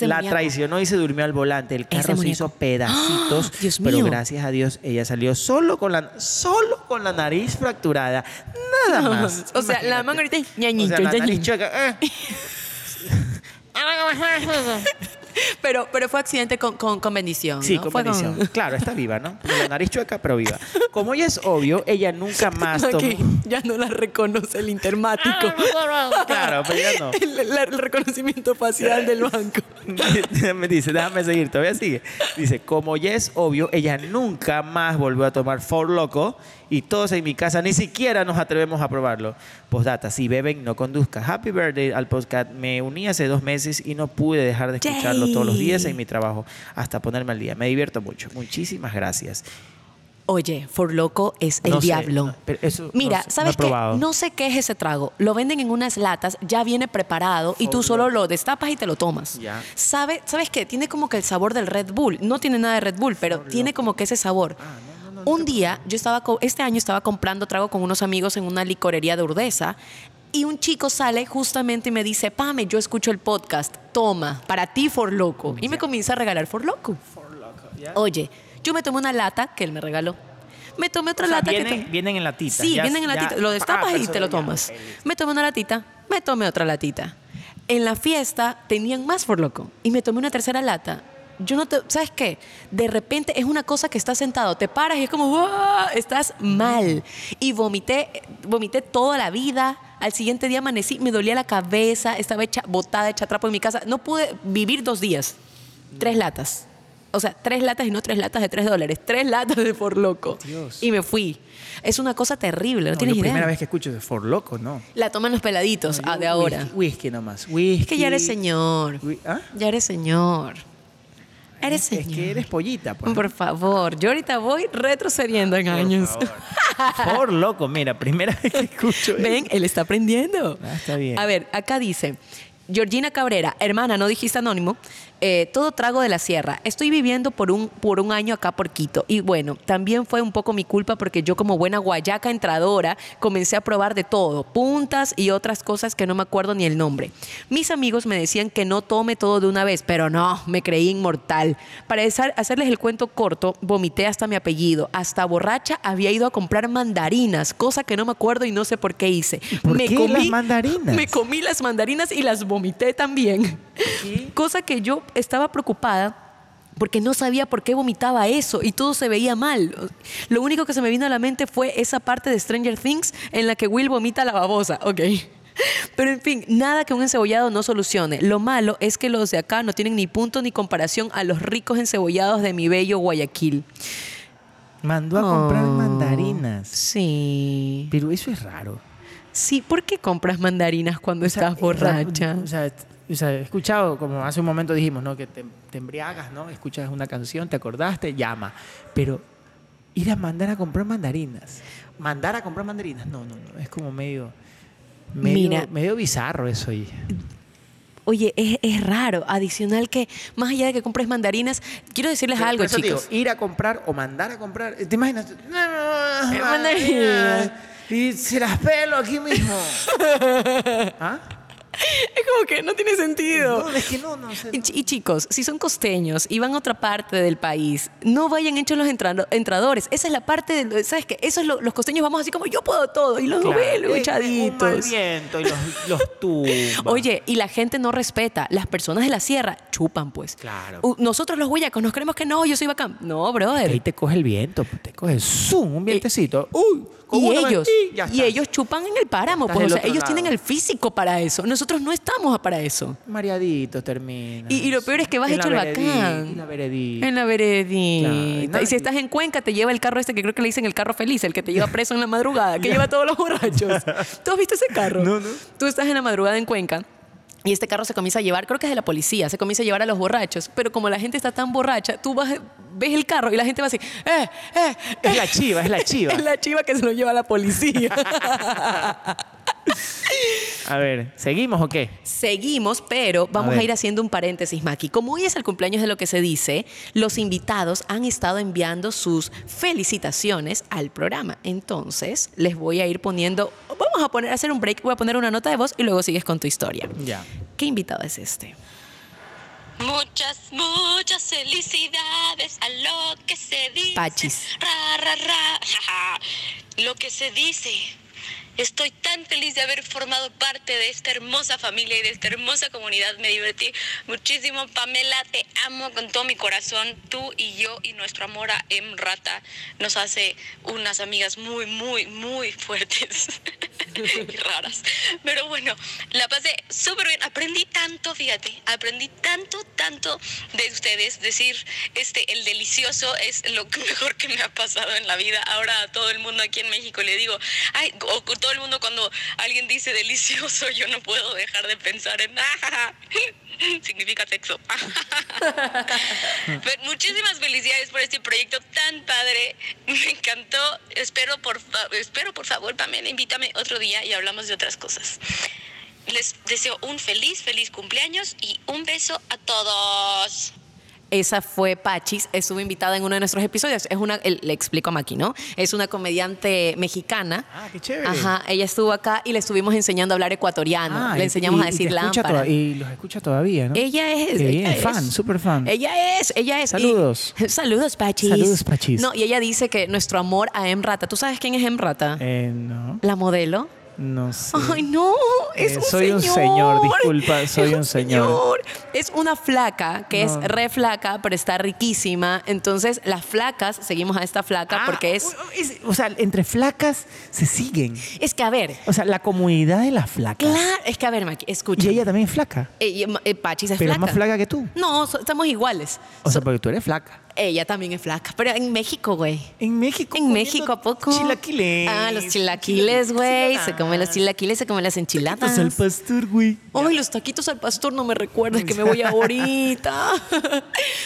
la demoníaco. traicionó y se durmió al volante. El carro se demoníaco. hizo pedacitos. ¡Ah! Dios Pero mío. gracias a Dios ella salió solo con la, solo con la nariz fracturada. Nada No, más. o sea, la mano ahorita, ñañincho, O sea, la nariz ñañincho. chueca, eh. Pero, pero fue accidente con, con, con bendición. Sí, ¿no? con Fue bendición. Claro, está viva, ¿no? Con La nariz chueca, pero viva. Como ya es obvio, ella nunca más tomó. Maki, ya no la reconoce el intermático. Claro, pero ya no. El, la- el reconocimiento facial del banco. me dice, déjame seguir, todavía sigue. Dice, como ya es obvio, ella nunca más volvió a tomar For Loco y todos en mi casa ni siquiera nos atrevemos a probarlo. Postdata, si beben, no conduzca. Happy birthday al podcast. Me uní hace dos meses y no pude dejar de escucharlo Yay. todos los días en mi trabajo hasta ponerme al día. Me divierto mucho. Muchísimas gracias. Oye, for loco es el No sé, diablo. no, pero eso no Mira, sé, no he ¿sabes qué? probado. No sé qué es ese trago. Lo venden en unas latas, ya viene preparado y tú For solo Loco. lo destapas y te lo tomas. Ya. ¿Sabe- ¿Sabes qué? Tiene como que el sabor del Red Bull. No tiene nada de Red Bull, pero tiene como que ese Ah, sabor. Un día, yo estaba, co- este año estaba comprando trago con unos amigos en una licorería de Urdesa y un chico sale justamente y me dice, Pame, yo escucho el podcast, toma, para ti, For Loco. Y me comienza a regalar For Loco. Oye, yo me tomé una lata que él me regaló. Me tomé otra O sea, lata que... vienen- to- vienen en latita, Sí, ya- vienen en ya- latita. Lo destapas ah, y pero te eso lo ya, tomas. ok, listo. Me tomé una latita, me tomé otra latita. En la fiesta tenían más por loco y me tomé una tercera lata. Yo no te, ¿sabes qué? De repente es una cosa que estás sentado, te paras y es como, "Uah", estás mal. Y vomité, eh, vomité toda la vida. Al siguiente día amanecí, me dolía la cabeza, estaba hecha botada, hecha trapo en mi casa. No pude vivir dos días. Tres latas. O sea, tres latas y no tres latas de tres dólares. Tres latas de por loco. Dios. Y me fui. Es una cosa terrible, no, No, tienes yo idea. primera vez que escucho de For Loco, ¿no? La toman los peladitos ah, de ahora. Whisky, whisky nomás. Whisky. Es que ya eres señor. Uy, ¿ah? Ya eres señor. Eres Es señor. que eres pollita, pues. Por favor, yo ahorita voy retrocediendo en años. Por loco, mira, primera vez que escucho eso. Ven, él está aprendiendo. Ah, está bien. A ver, acá dice. Georgina Cabrera, hermana, no dijiste anónimo, eh, todo trago de la sierra. Estoy viviendo por un, por un año acá por Quito. Y bueno, también fue un poco mi culpa porque yo como buena guayaca entradora comencé a probar de todo, puntas y otras cosas que no me acuerdo ni el nombre. Mis amigos me decían que no tome todo de una vez, pero no, me creí inmortal. Para esa- hacerles el cuento corto, vomité hasta mi apellido. Hasta borracha había ido a comprar mandarinas, cosa que no me acuerdo y no sé por qué hice. ¿Por me qué las mandarinas? Me comí las mandarinas y las vomité también. Cosa que yo estaba preocupada porque no sabía por qué vomitaba eso y todo se veía mal. Lo único que se me vino a la mente fue esa parte de Stranger Things en la que Will vomita la babosa. Ok. Pero en fin, nada que un encebollado no solucione. Lo malo es que los de acá no tienen ni punto ni comparación a los ricos encebollados de mi bello Guayaquil. Mandó a comprar Oh, mandarinas. Sí. Pero eso es raro. Sí, ¿por qué compras mandarinas cuando O sea, estás borracha? O sea, t- o sea, he escuchado, como hace un momento dijimos, ¿no? Que te, te embriagas, ¿no? Escuchas una canción, te acordaste, llama. Pero ir a mandar a comprar mandarinas. Mandar a comprar mandarinas. No, no, no. Es como medio. medio Mira. Medio bizarro eso ahí. Oye, es, es raro. Adicional que, más allá de que compres mandarinas, quiero decirles Pero algo, por eso te digo, chicos. ir a comprar o mandar a comprar. ¿Te imaginas? Eh, mandarinas. Y se las pelo aquí mismo. ¿Ah? Es como que no tiene sentido. No, es que no, no sé. Y, chi- y chicos, si son costeños y van a otra parte del país, no vayan hechos los entrando- entradores. Esa es la parte, de, lo- ¿sabes qué? Eso es lo- los costeños vamos así como yo puedo todo y los Claro. veo Eh, Un mal echaditos. viento y los, los tumba. Oye, y la gente no respeta. Las personas de la sierra chupan, pues. Claro. U- nosotros los huellacos nos creemos que no, yo soy bacán. No, Ahí brother. te coge el viento, te coge zoom, un vientecito. Uy, con Y una ellos, vez, ya y está. ellos chupan en el páramo, Estás pues. O del sea, otro ellos lado. tienen el físico para eso. Nosotros no estamos para eso. mareaditos terminas. Y- y lo peor es que vas En la hecho el veredita, bacán. En la veredita. En la veredita. Claro, y nada, y si y- estás en Cuenca, te lleva el carro este que creo que le dicen el carro feliz, el que te lleva preso en la madrugada, que lleva a todos los borrachos. ¿Tú has visto ese carro? No, no. Tú estás en la madrugada en Cuenca. Y este carro se comienza a llevar, creo que es de la policía, se comienza a llevar a los borrachos. Pero como la gente está tan borracha, tú vas, ves el carro y la gente va así, ¡eh, eh! eh". Es la chiva, es la chiva. es la chiva que se lo lleva a la policía. A ver, ¿seguimos o qué? Seguimos, pero vamos a, ver. ir haciendo un paréntesis, Maki. Como hoy es el cumpleaños de lo que se dice, los invitados han estado enviando sus felicitaciones al programa. Entonces, les voy a ir poniendo, vamos a poner, hacer un break, voy a poner una nota de voz y luego sigues con tu historia. Ya. ¿Qué invitado es este? Muchas, muchas felicidades a lo que se dice. Pachis. Ra, ra, ra, ja, ja. Lo que se dice. Estoy tan feliz de haber formado parte de esta hermosa familia y de esta hermosa comunidad. Me divertí muchísimo. Pamela, te amo con todo mi corazón. Tú y yo y nuestro amor a M. Rata nos hace unas amigas muy, muy, muy fuertes y raras. Pero bueno, la pasé súper bien. Aprendí tanto, fíjate, aprendí tanto, tanto de ustedes. Decir, este, el delicioso es lo que- mejor que me ha pasado en la vida. Ahora a todo el mundo aquí en México le digo, ay, o con todo el mundo cuando alguien dice delicioso, yo no puedo dejar de pensar en, "Ah, significa sexo. Fe- Muchísimas felicidades por este proyecto tan padre. Me encantó. Espero por, fa- espero por favor, Pamela, invítame otro día y hablamos de otras cosas. Les deseo un feliz, feliz cumpleaños y un beso a todos. Esa fue Pachis, estuvo invitada en uno de nuestros episodios. Es una, el- le explico a Maki, ¿no? Es una comediante mexicana. Ah, qué chévere. Ajá, ella estuvo acá y le estuvimos enseñando a hablar Ah, ecuatoriano. Ah, le enseñamos a decir lámpara. y los escucha todavía, ¿no? Ella es. Qué ella bien, es. fan, súper fan. Ella es, ella es. Saludos. Y- saludos, Pachis. Saludos, Pachis. No, y ella dice que nuestro amor a M. Rata. ¿Tú sabes quién es M. Rata? Eh, no, La modelo. no sé. Ay, no, es Eh, un soy señor. un señor, disculpa, soy Es un señor. Es una flaca que No. es re flaca, pero está riquísima. Entonces, las flacas, seguimos a esta flaca Ah, porque es. u- es- O sea, entre flacas se siguen. Es que, a ver, O sea, la comunidad de las flacas. claro, es que, a ver, Maki, Y escucha. ella también es flaca. Eh, y- eh, Pachis es pero flaca. más flaca que tú. No, so- estamos iguales. O sea, So- porque tú eres flaca. ella también es flaca, pero en México, güey. En México. En México, ¿a poco? Chilaquiles. Ah, los chilaquiles, güey. Se comen los chilaquiles, se comen las enchiladas. Entonces el pastor, güey. Ay, los taquitos al pastor, no me recuerdes que me voy ahorita.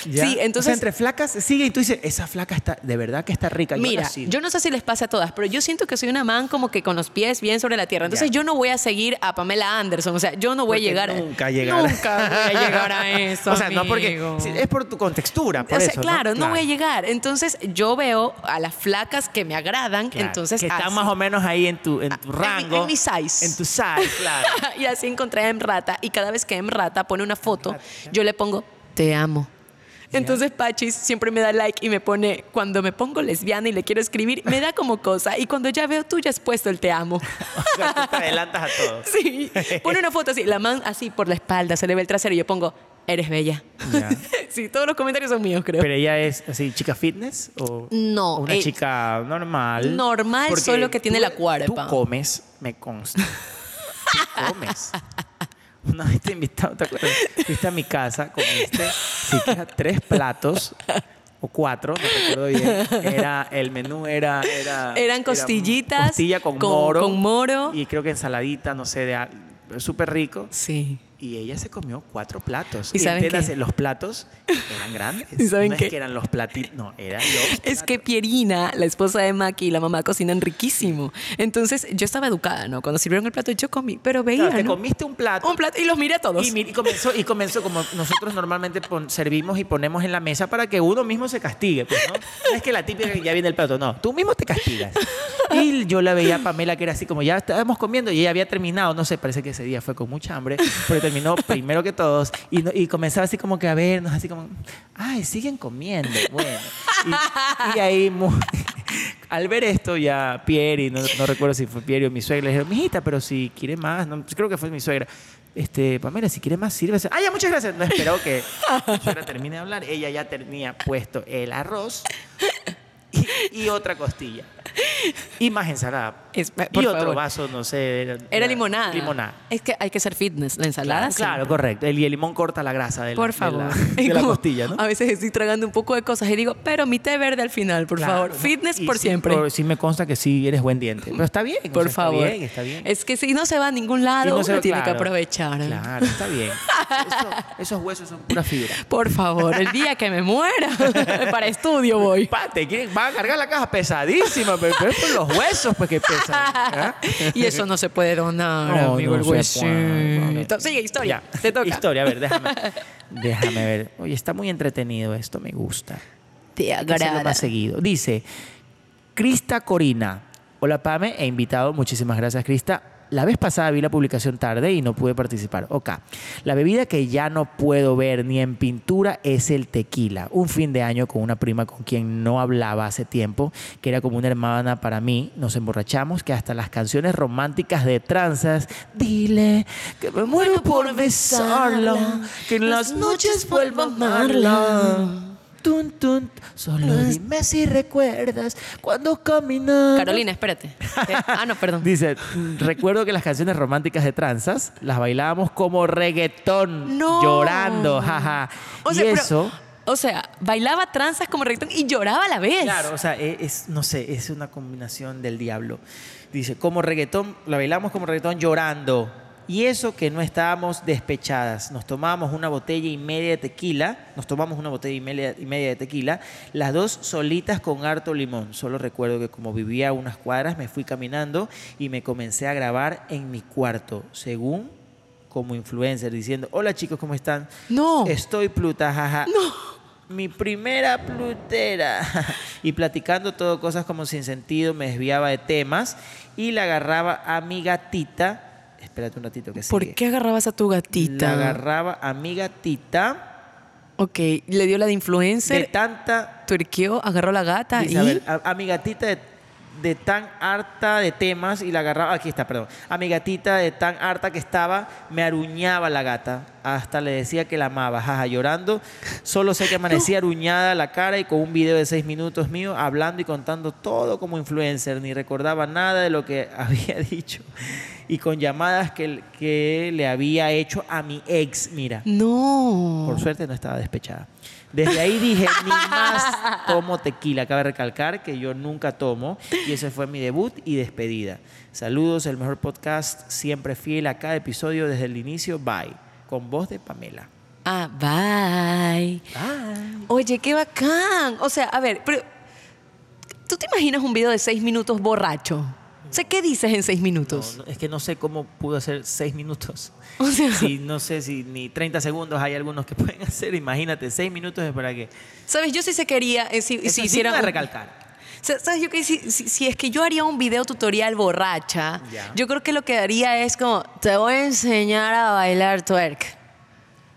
Ya. Sí, O sea, entonces. entre flacas sigue y tú dices, esa flaca está, de verdad que está rica. Yo Mira, la sigo. yo no sé si les pasa a todas, pero yo siento que soy una man como que con los pies bien sobre la tierra. Entonces Ya. yo no voy a seguir a Pamela Anderson, o sea, yo no voy Porque a llegar a- Nunca llegar. Nunca voy a llegar a eso. o sea, no porque. amigo. sí, Es por tu contextura. Por o sea, eso, claro, ¿no? voy a llegar. Entonces, yo veo a las flacas que me agradan, Claro, entonces Que están así- más o menos ahí en tu, en tu en mi- rango. en mi size. En tu size, claro. y así encontré a Emrata. Y cada vez que Emrata pone una Em foto, yo le pongo, te amo. Entonces Pachis siempre me da like y me pone, cuando me pongo lesbiana y le quiero escribir, me da como cosa. Y cuando ya veo tú, ya has puesto el te amo. O sea, tú te adelantas a todos. sí. Pone una foto así, la man así por la espalda, se le ve el trasero y yo pongo, eres bella. Ya. sí, todos los comentarios son míos, creo. Pero ella es así, chica fitness o No, una eh, chica normal. normal, Porque solo que tiene tú- la cuerpa. Tú comes, me consta. Tú comes. Una vez te invitado, ¿te acuerdas? Fuiste a mi casa, comiste siquiera tres platos o cuatro, no recuerdo bien. Era, el menú era. era Eran costillitas costilla con, con- moro. con moro. Y creo que ensaladita, no sé, de al- súper rico. Sí. Y ella se comió cuatro platos. ¿Y saben qué? entiéndase, los platos eran grandes. ¿Y saben no qué? es que eran los platitos, no, eran los Es que Pierina, la esposa de Maki y la mamá cocinan riquísimo. Entonces yo estaba educada, ¿no? Cuando sirvieron el plato yo comí, pero veía, Claro, te ¿no? comiste un plato. Un plato y los miré a todos. Y, mi- y comenzó, y comenzó como nosotros normalmente pon- servimos y ponemos en la mesa para que uno mismo se castigue. Pues, ¿no? No es que la típica que ya viene el plato, no, tú mismo te castigas. Y yo la veía a Pamela que era así como ya estábamos comiendo y ella había terminado, no sé, parece que ese día fue con mucha hambre, pero terminó primero que todos y, no- y comenzaba así como que a vernos, así como, ay, siguen comiendo. Bueno, y, y ahí... mu- Al ver esto ya Pieri, no, no recuerdo si fue Pieri o mi suegra, le dijeron, mijita, pero si quiere más, no, creo que fue mi suegra. Este, Pamela, si quiere más, sírvese. Ah, ya, muchas gracias. No esperó que mi suegra termine de hablar. Ella ya tenía puesto el arroz y, y otra costilla. Y más ensalada. Es- por y otro favor. vaso, no sé. Era, Era limonada. Limonada. Es que hay que ser fitness, la ensalada. Claro, claro, siempre. correcto. El, y el limón corta la grasa de la, Por de la- favor. de Y la como costilla, ¿no? A veces estoy tragando un poco de cosas y digo, pero mi té verde al final, por Claro, favor. ¿no? Fitness Y por sí, siempre. pero sí me consta que sí eres buen diente. Pero está bien. o sea, por está favor. bien, está bien. Es que si no se va a ningún Y lado, no se uno ve tiene que claro. aprovechar. Claro, está bien. Eso- esos huesos son pura fibra. Por favor, el día que me muera, para estudio voy. Pate, ¿quieren- van a cargar la caja pesadísima, pero, pero es por los huesos pues que pesan. ¿ah? Y eso no se puede donar, No, no amigo. el se puede. huesito. Sigue, historia. Ya. Te toca. Historia, a ver, déjame. Déjame ver. Oye, está muy entretenido esto, me gusta. Te Hay que hacerlo agrada. más seguido. Dice, Crista Corina. Hola, Pame, he invitado. Muchísimas gracias, Crista. La vez pasada vi la publicación tarde y no pude participar. Ok. La bebida que ya no puedo ver ni en pintura es el tequila. Un fin de año con una prima con quien no hablaba hace tiempo, que era como una hermana para mí. Nos emborrachamos que hasta las canciones románticas de tranzas, dile que me muero por besarlo, que en las noches vuelvo a amarlo. Tun, tun, solo dime si recuerdas cuando caminamos. Carolina, espérate. Te- Ah, no, perdón. Dice, recuerdo que las canciones románticas de tranzas las bailábamos como reggaetón. No. Llorando, jaja. O y sea, pero- eso... o sea, bailaba tranzas como reggaetón y lloraba a la vez. Claro, o sea, e- es, no sé, es una combinación del diablo. Dice, como reggaetón, la bailamos como reggaetón llorando. Y eso que no estábamos despechadas. Nos tomamos una botella y media de tequila, nos tomamos una botella y media, y media de tequila, las dos solitas con harto limón. Solo recuerdo que como vivía a unas cuadras, me fui caminando y me comencé a grabar en mi cuarto, según como influencer, diciendo, hola chicos, ¿cómo están? No. Estoy pluta, jaja. Mi primera plutera. y platicando todo cosas como sin sentido, me desviaba de temas y la agarraba a mi gatita. Espérate un ratito que ¿Por sigue. qué agarrabas a tu gatita? La agarraba a mi gatita Ok, le dio la de de influencer, tanta. turqueó, agarró la gata Dice, a, ver, a- a mi gatita de, de tan harta de temas y la agarraba. Aquí está, perdón. A mi gatita de tan harta que estaba, me aruñaba la gata. Hasta le decía que la amaba, jaja, llorando. Solo sé que amanecía aruñada la cara y con un video de seis minutos mío hablando y contando todo como influencer. Ni recordaba nada de lo que había dicho. Y con llamadas que, que le había hecho a mi ex, mira. y. No. Por suerte no estaba despechada. Desde ahí dije, ni más tomo tequila. Cabe recalcar que yo nunca tomo y ese fue mi debut y despedida. Saludos, el mejor podcast, siempre fiel a cada episodio desde el inicio. Bye. Con voz de Pamela. Ah, bye. Bye. Oye, qué bacán. O sea, a ver, pero. ¿Tú te imaginas un video de seis minutos borracho? O sea, ¿qué dices en seis minutos? es que no sé cómo pudo hacer seis minutos. O sea, Si no sé si ni 30 segundos hay algunos que pueden hacer. Imagínate, seis minutos es para que. ¿sabes? Yo sí se quería. eh, si, Eso si sí hiciera. cabe un- recalcar. O sea, ¿Sabes? Yo que si, si- si es que yo haría un video tutorial borracha, Ya. yo creo que lo que haría es como: te voy a enseñar a bailar twerk.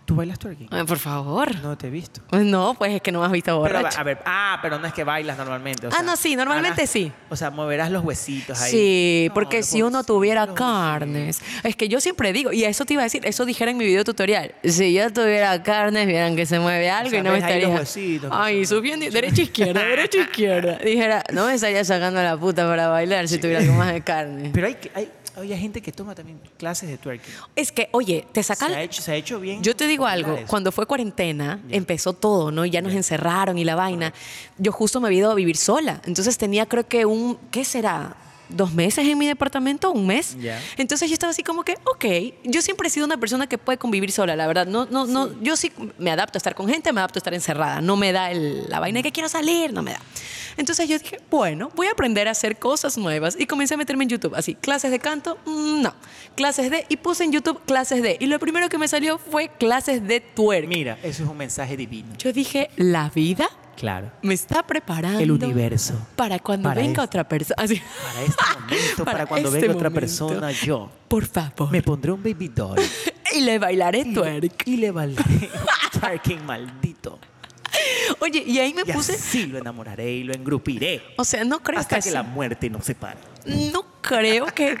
¿Tú bailas twerking? Ay, por favor. No te he visto. Pues no, pues es que no me has visto Pero, borracho. a ver, ah, pero no es que bailas normalmente. o Ah, sea, no, sí, normalmente harás- sí. O sea, moverás los huesitos pues, ahí. Sí, No, porque no si uno pobrecito, tuviera los carnes, es que yo siempre digo, y eso te iba a decir, eso dijera en mi video tutorial, si yo tuviera carnes, vieran que se mueve algo sea, y no me ves ahí estaría... los huesitos, que Ay, son- subiendo, derecha, izquierda, derecha, izquierda. Dijera, no me estaría sacando la puta para bailar si tuviera algo más de carne. huesitos. Pero hay, que- hay, oye, hay gente que toma también clases de twerking. Es que, oye, te Se sacan... ha, hecho, se ha hecho bien. Yo te digo algo, populares. cuando fue cuarentena empezó todo, ¿no? Ya nos encerraron y la vaina. Yo justo me había ido a vivir sola, entonces tenía creo que un, ¿qué será? dos meses en mi departamento, un mes. Ya. Entonces yo estaba así como que, ok, yo siempre he sido una persona que puede convivir sola, la verdad. No, no, no, yo sí me adapto a estar con gente, me adapto a estar encerrada. No me da el- la vaina de que quiero salir, no me da. Entonces yo dije, bueno, voy a aprender a hacer cosas nuevas y comencé a meterme en YouTube, así, clases de canto, Mm, no, clases de, y puse en YouTube clases de, y lo primero que me salió fue clases de twerk. Mira, eso es un mensaje divino. Yo dije, la vida Claro. me está preparando. El universo. Para cuando Para venga este- otra persona. Así. Para este momento, para, cuando este venga otra momento. persona, yo Por favor. me pondré un baby doll Y le bailaré y, twerk. y le valdré twerking maldito. Oye, y ahí me Y puse. así lo enamoraré y lo engrupiré O sea, no creo hasta que, que la muerte nos separe. No creo que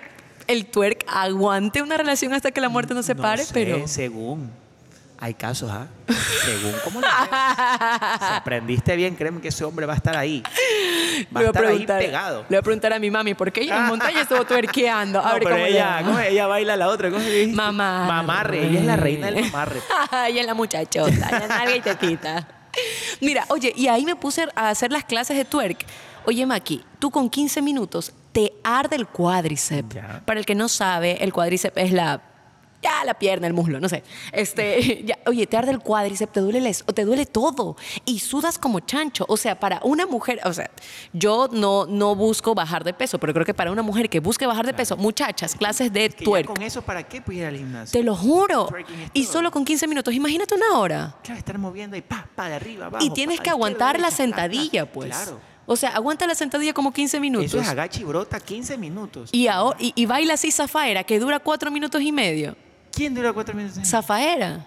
el twerk aguante una relación hasta que la muerte nos No separe, sé, pero. Según. Hay casos, ¿ah? Según cómo lo veas. Si aprendiste bien, créeme que ese hombre va a estar ahí. Va a le, voy a estar ahí preguntar, pegado. le voy a preguntar a mi mami, ¿por qué ella en la montaña estuvo twerkeando? A No, ver pero cómo le ella, va. ¿cómo es? ella baila la otra. ¿cómo se dice? Mamarre. Mamarre. Ella es la reina del mamarre. Ella es la muchachota, ella nalga y tetita. Mira, oye, y ahí me puse a hacer las clases de twerk. Oye, Maki, tú con 15 minutos te arde el cuádriceps. Ya. Para el que no sabe, el cuádriceps es la ya la pierna, el muslo, no sé. Este, ya, oye, te arde el cuádriceps, te duele el es- o te duele todo y sudas como chancho. O sea, para una mujer, o sea, yo no no busco bajar de peso, pero creo que para una mujer que busque bajar de peso, muchachas, clases de Que ya twerk. ¿Con eso para qué pudiera ir al gimnasio? Te lo juro. Twerking es Y todo. solo con 15 minutos. Imagínate una hora. Claro, estar moviendo y pa, pa, de arriba, abajo. y tienes pa, que izquierda, aguantar derecha, la ta, ta. sentadilla, pues. Claro. O sea, aguanta la sentadilla como 15 minutos. Eso es agacha y brota 15 minutos. y, ahora, y, y baila así Zafaera, que dura 4 minutos y medio. ¿Quién dura 4 minutos? Zafaera.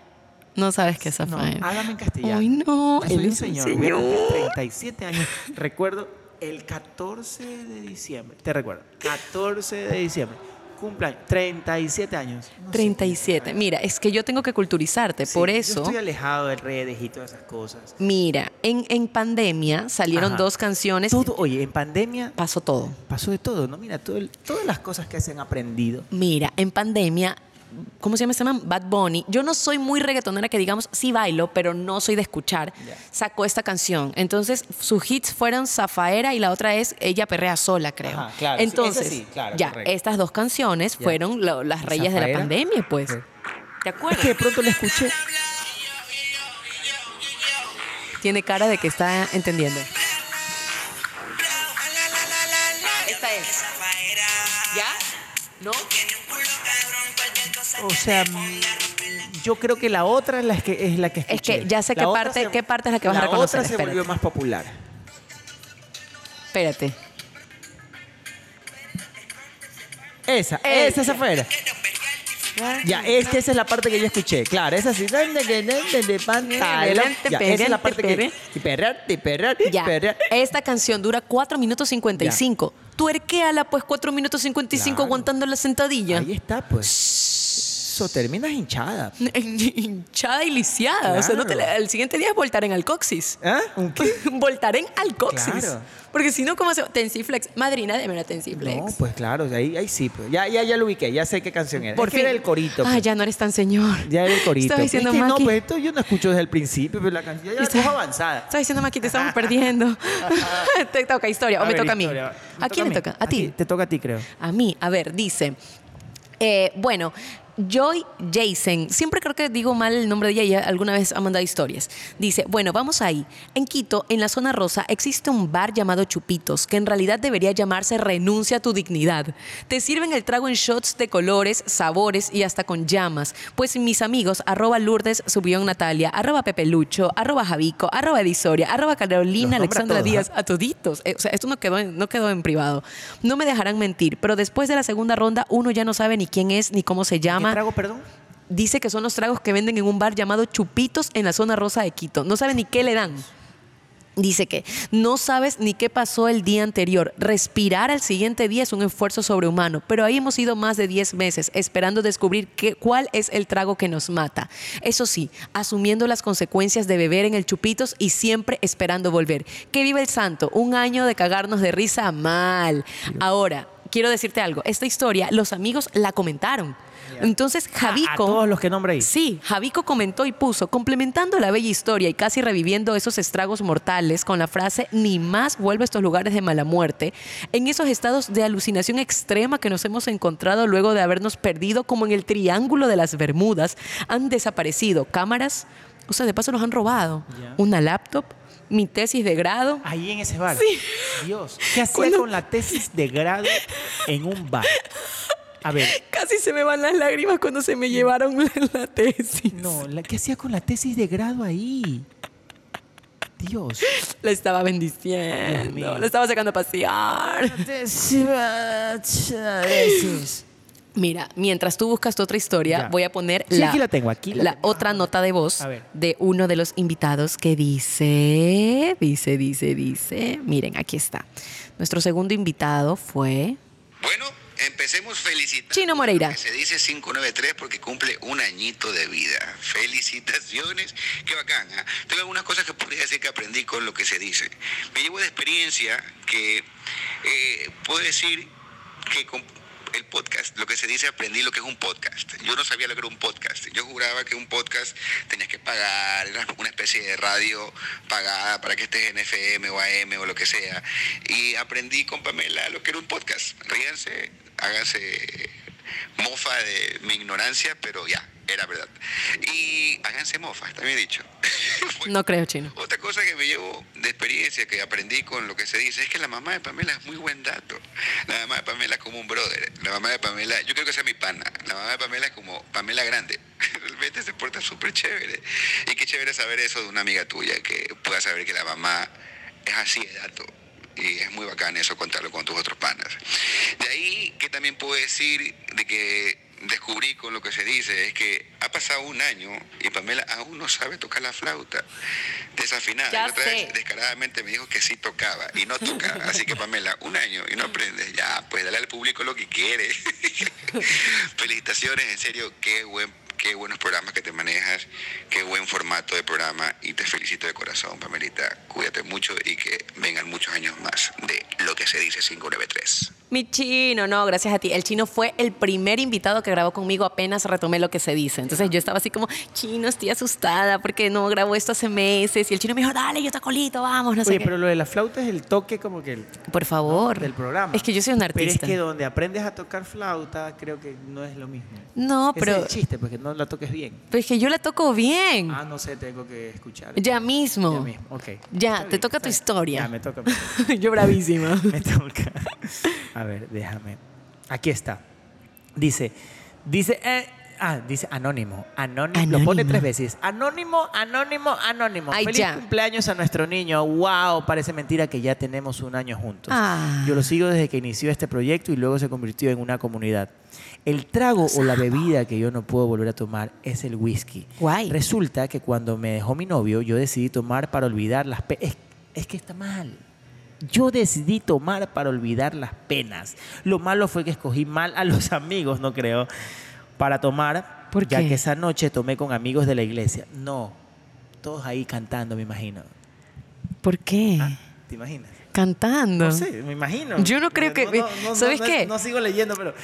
No sabes qué es No, Zafaera. háblame en castellano. Ay, no. Yo soy él un es un señor. señor. voy a cumplir 37 años. Recuerdo el 14 de diciembre. Te recuerdo. 14 de diciembre. Cumpleaños. 37 años. No sé. 37. Mira, es que yo tengo que culturizarte. Sí, por yo eso. estoy alejado del redes y todas esas cosas. Mira, en, en pandemia salieron Ajá. dos canciones. Todo, oye, en pandemia Pasó todo. pasó de todo, ¿no? Mira, todo el- todas las cosas que se han aprendido. Mira, en pandemia, ¿cómo se llama este man? Bad Bunny. Yo no soy muy reggaetonera que digamos, sí bailo, pero no soy de escuchar. Ya. Sacó esta canción. Entonces, sus hits fueron Zafaera y la otra es Ella Perrea Sola, creo. Ajá, claro, sí, Entonces, esa sí, claro, ya, correcto. estas dos canciones fueron lo- las reyes de la Zafaera. pandemia, pues. Sí. ¿Te Es acuerdas? que de pronto la escuché. Tiene cara de que está entendiendo. Esta es. ¿Ya? ¿No? O sea, mm, yo creo que la otra es la que, es la que que escuché. ya sé La qué otra parte- qué parte es la que vas a La reconocer, otra se espérate. volvió más popular. Espérate. Esa, Eh, esa, esa fuera. Ya, este es que esa es la parte que yo escuché. Claro, esa sí. De pantalón. Ya, esa es la parte que. Y perrear, y perrear, y Ya. perrear. Esta canción dura 4 minutos 55. Tuerquéala, pues 4 minutos 55 Claro. aguantando la sentadilla. Ahí está, pues. Eso terminas hinchada. Hinchada y lisiada. O sea, no te la- Claro. el siguiente día es voltar en alcoxis. ¿Ah? ¿Un qué? voltar en alcoxis. Claro. Porque si no, ¿cómo se Tensiflex. Madrina, deme una Tensiflex. No, pues claro, ahí, ahí sí. Pues. Ya, ya, ya lo ubiqué, ya sé qué canción era. Por Porque era fin. el corito. Ah, pues. ya no eres tan señor. Ya era el corito. Estaba pues. diciendo, es que Maki. no, pues esto yo no escucho desde el principio, pero la canción ya la Estaba- tengo avanzada. Estaba diciendo, Maki, te estamos perdiendo. te toca historia, o me ver, toca a historia, mí. me ¿A quién mí. le toca? A ti. Te toca a ti, creo. A mí, a ver, dice. eh, bueno, Joy Jason, siempre creo que digo mal el nombre de ella, ella alguna vez ha mandado historias. Dice, bueno, vamos ahí. En Quito, en la zona rosa, existe un bar llamado Chupitos, que en realidad debería llamarse Renuncia a tu dignidad. Te sirven el trago en shots de colores, sabores y hasta con llamas. Pues mis amigos, arroba Lourdes, subión Natalia, arroba Pepe Lucho, arroba Javico, arroba Edisoria, arroba nombra Carolina Alexandra todos, ¿ah? Díaz, a toditos. Eh, o sea, esto no quedó, en, no quedó en privado. No me dejarán mentir, pero después de la segunda ronda uno ya no sabe ni quién es ni cómo se ¿Qué llama. trago, perdón? Dice que son los tragos que venden en un bar llamado Chupitos en la zona rosa de Quito. No sabe ni qué le dan. Dice que no sabes ni qué pasó el día anterior. Respirar al siguiente día es un esfuerzo sobrehumano, pero ahí hemos ido más de 10 meses esperando descubrir qué- cuál es el trago que nos mata. Eso sí, asumiendo las consecuencias de beber en el chupitos y siempre esperando volver. Que vive el santo, un año de cagarnos de risa mal. Ahora, quiero decirte algo. Esta historia, los amigos la comentaron. Entonces, Javico. A todos los que nombré ahí. Sí, Javico comentó y puso, complementando la bella historia y casi reviviendo esos estragos mortales con la frase ni más vuelve a estos lugares de mala muerte, en esos estados de alucinación extrema que nos hemos encontrado luego de habernos perdido como en el triángulo de las Bermudas, han desaparecido cámaras, o sea, de paso nos han robado Ya. Ah. una laptop, mi tesis de grado. Ahí en ese bar. Dios, ¿qué hacía Cuando- con la tesis de grado en un bar? A ver, Casi se me van las lágrimas cuando se me llevaron la tesis. no, la- ¿qué hacía con la tesis de grado ahí? Dios. La estaba Dios mío. bendiciendo, la estaba sacando a pasear. Mira, mientras tú buscas tu otra historia, Ya. voy a poner Sí, la, aquí la tengo, aquí la la tengo. otra nota de voz A ver. de uno de los invitados que dice, dice, dice, dice. Miren, aquí está. Nuestro segundo invitado fue Bueno, empecemos felicitando. Chino Moreira. Que Se dice 593 porque cumple un añito de vida. Felicitaciones, qué bacán. ¿ah? Tengo algunas cosas que podría decir que aprendí con lo que se dice. Me llevo de experiencia que eh, puedo decir que con el podcast, lo que se dice, aprendí lo que es un podcast. Yo no sabía lo que era un podcast. Yo juraba que un podcast tenías que pagar, era una especie de radio pagada para que estés en FM o AM o lo que sea. Y aprendí con Pamela lo que era un podcast. Ríanse, háganse mofa de mi ignorancia, pero ya, era verdad. Y háganse mofa, está bien dicho. Fue- No creo, Chino. otra cosa que me llevo de experiencia, que aprendí con lo que se dice, es que la mamá de Pamela es muy buen dato. La mamá de Pamela es como un brother. La mamá de Pamela, yo creo que sea mi pana. La mamá de Pamela es como Pamela Grande. Realmente se porta súper chévere. Y qué chévere saber eso de una amiga tuya, que pueda saber que la mamá es así de dato. Y es muy bacán eso contarlo con tus otros panas. De ahí que también puedo decir de que descubrí con lo que se dice es que ha pasado un año y Pamela aún no sabe tocar la flauta. Desafinada. Ya Y otra vez sé. descaradamente me dijo que sí tocaba y no toca. Así que Pamela, un año y no aprendes. Ya, pues dale al público lo que quiere. Felicitaciones, en serio, qué buen qué buenos programas que te manejas, qué buen formato de programa y te felicito de corazón, Pamelita. Cuídate mucho y que vengan muchos años más de lo que se dice 593. Mi chino, no, gracias a ti. El chino fue el primer invitado que grabó conmigo apenas retomé lo que se dice. Entonces yo estaba así como, chino, estoy asustada porque no grabó esto hace meses. Y el chino me dijo, dale, yo te colito, vamos, no sé Oye, qué. pero lo de la flauta es el toque como que el- Por favor. del programa. Es que yo soy un artista. Pero es que donde aprendes a tocar flauta, creo que no es lo mismo. No, Ese pero- es el chiste, porque no la toques bien. Pero es que yo la toco bien. Ah, no sé, tengo que escuchar. Ya mismo. Ya mismo, ok. Ya, Está te bien, toca está tu bien. historia. Ya, me toca. me toca. Yo bravísima. Me toca. A ver, déjame. Aquí está. Dice, dice, eh, ah, dice anónimo, anónimo. Lo pone Anónimo. tres veces. Anónimo, anónimo, anónimo. Ay, Feliz ya. cumpleaños a nuestro niño. Wow, parece mentira que ya tenemos un año juntos. Ah. Yo lo sigo desde que inició este proyecto y luego se convirtió en una comunidad. El trago o la bebida que yo no puedo volver a tomar es el whisky. Guay. Resulta que cuando me dejó mi novio, yo decidí tomar para olvidar las pe- Es, es que está mal. Yo decidí tomar para olvidar las penas. Lo malo fue que escogí mal a los amigos, no creo, para tomar, ¿Por ya qué? que esa noche tomé con amigos de la iglesia. No, todos ahí cantando, me imagino. Eh. ¿Por qué? Ah, ¿Te imaginas? Cantando. No sé, me imagino. Ah. Eh, Yo no creo que- ¿sabes no, qué? No, sigo leyendo, pero.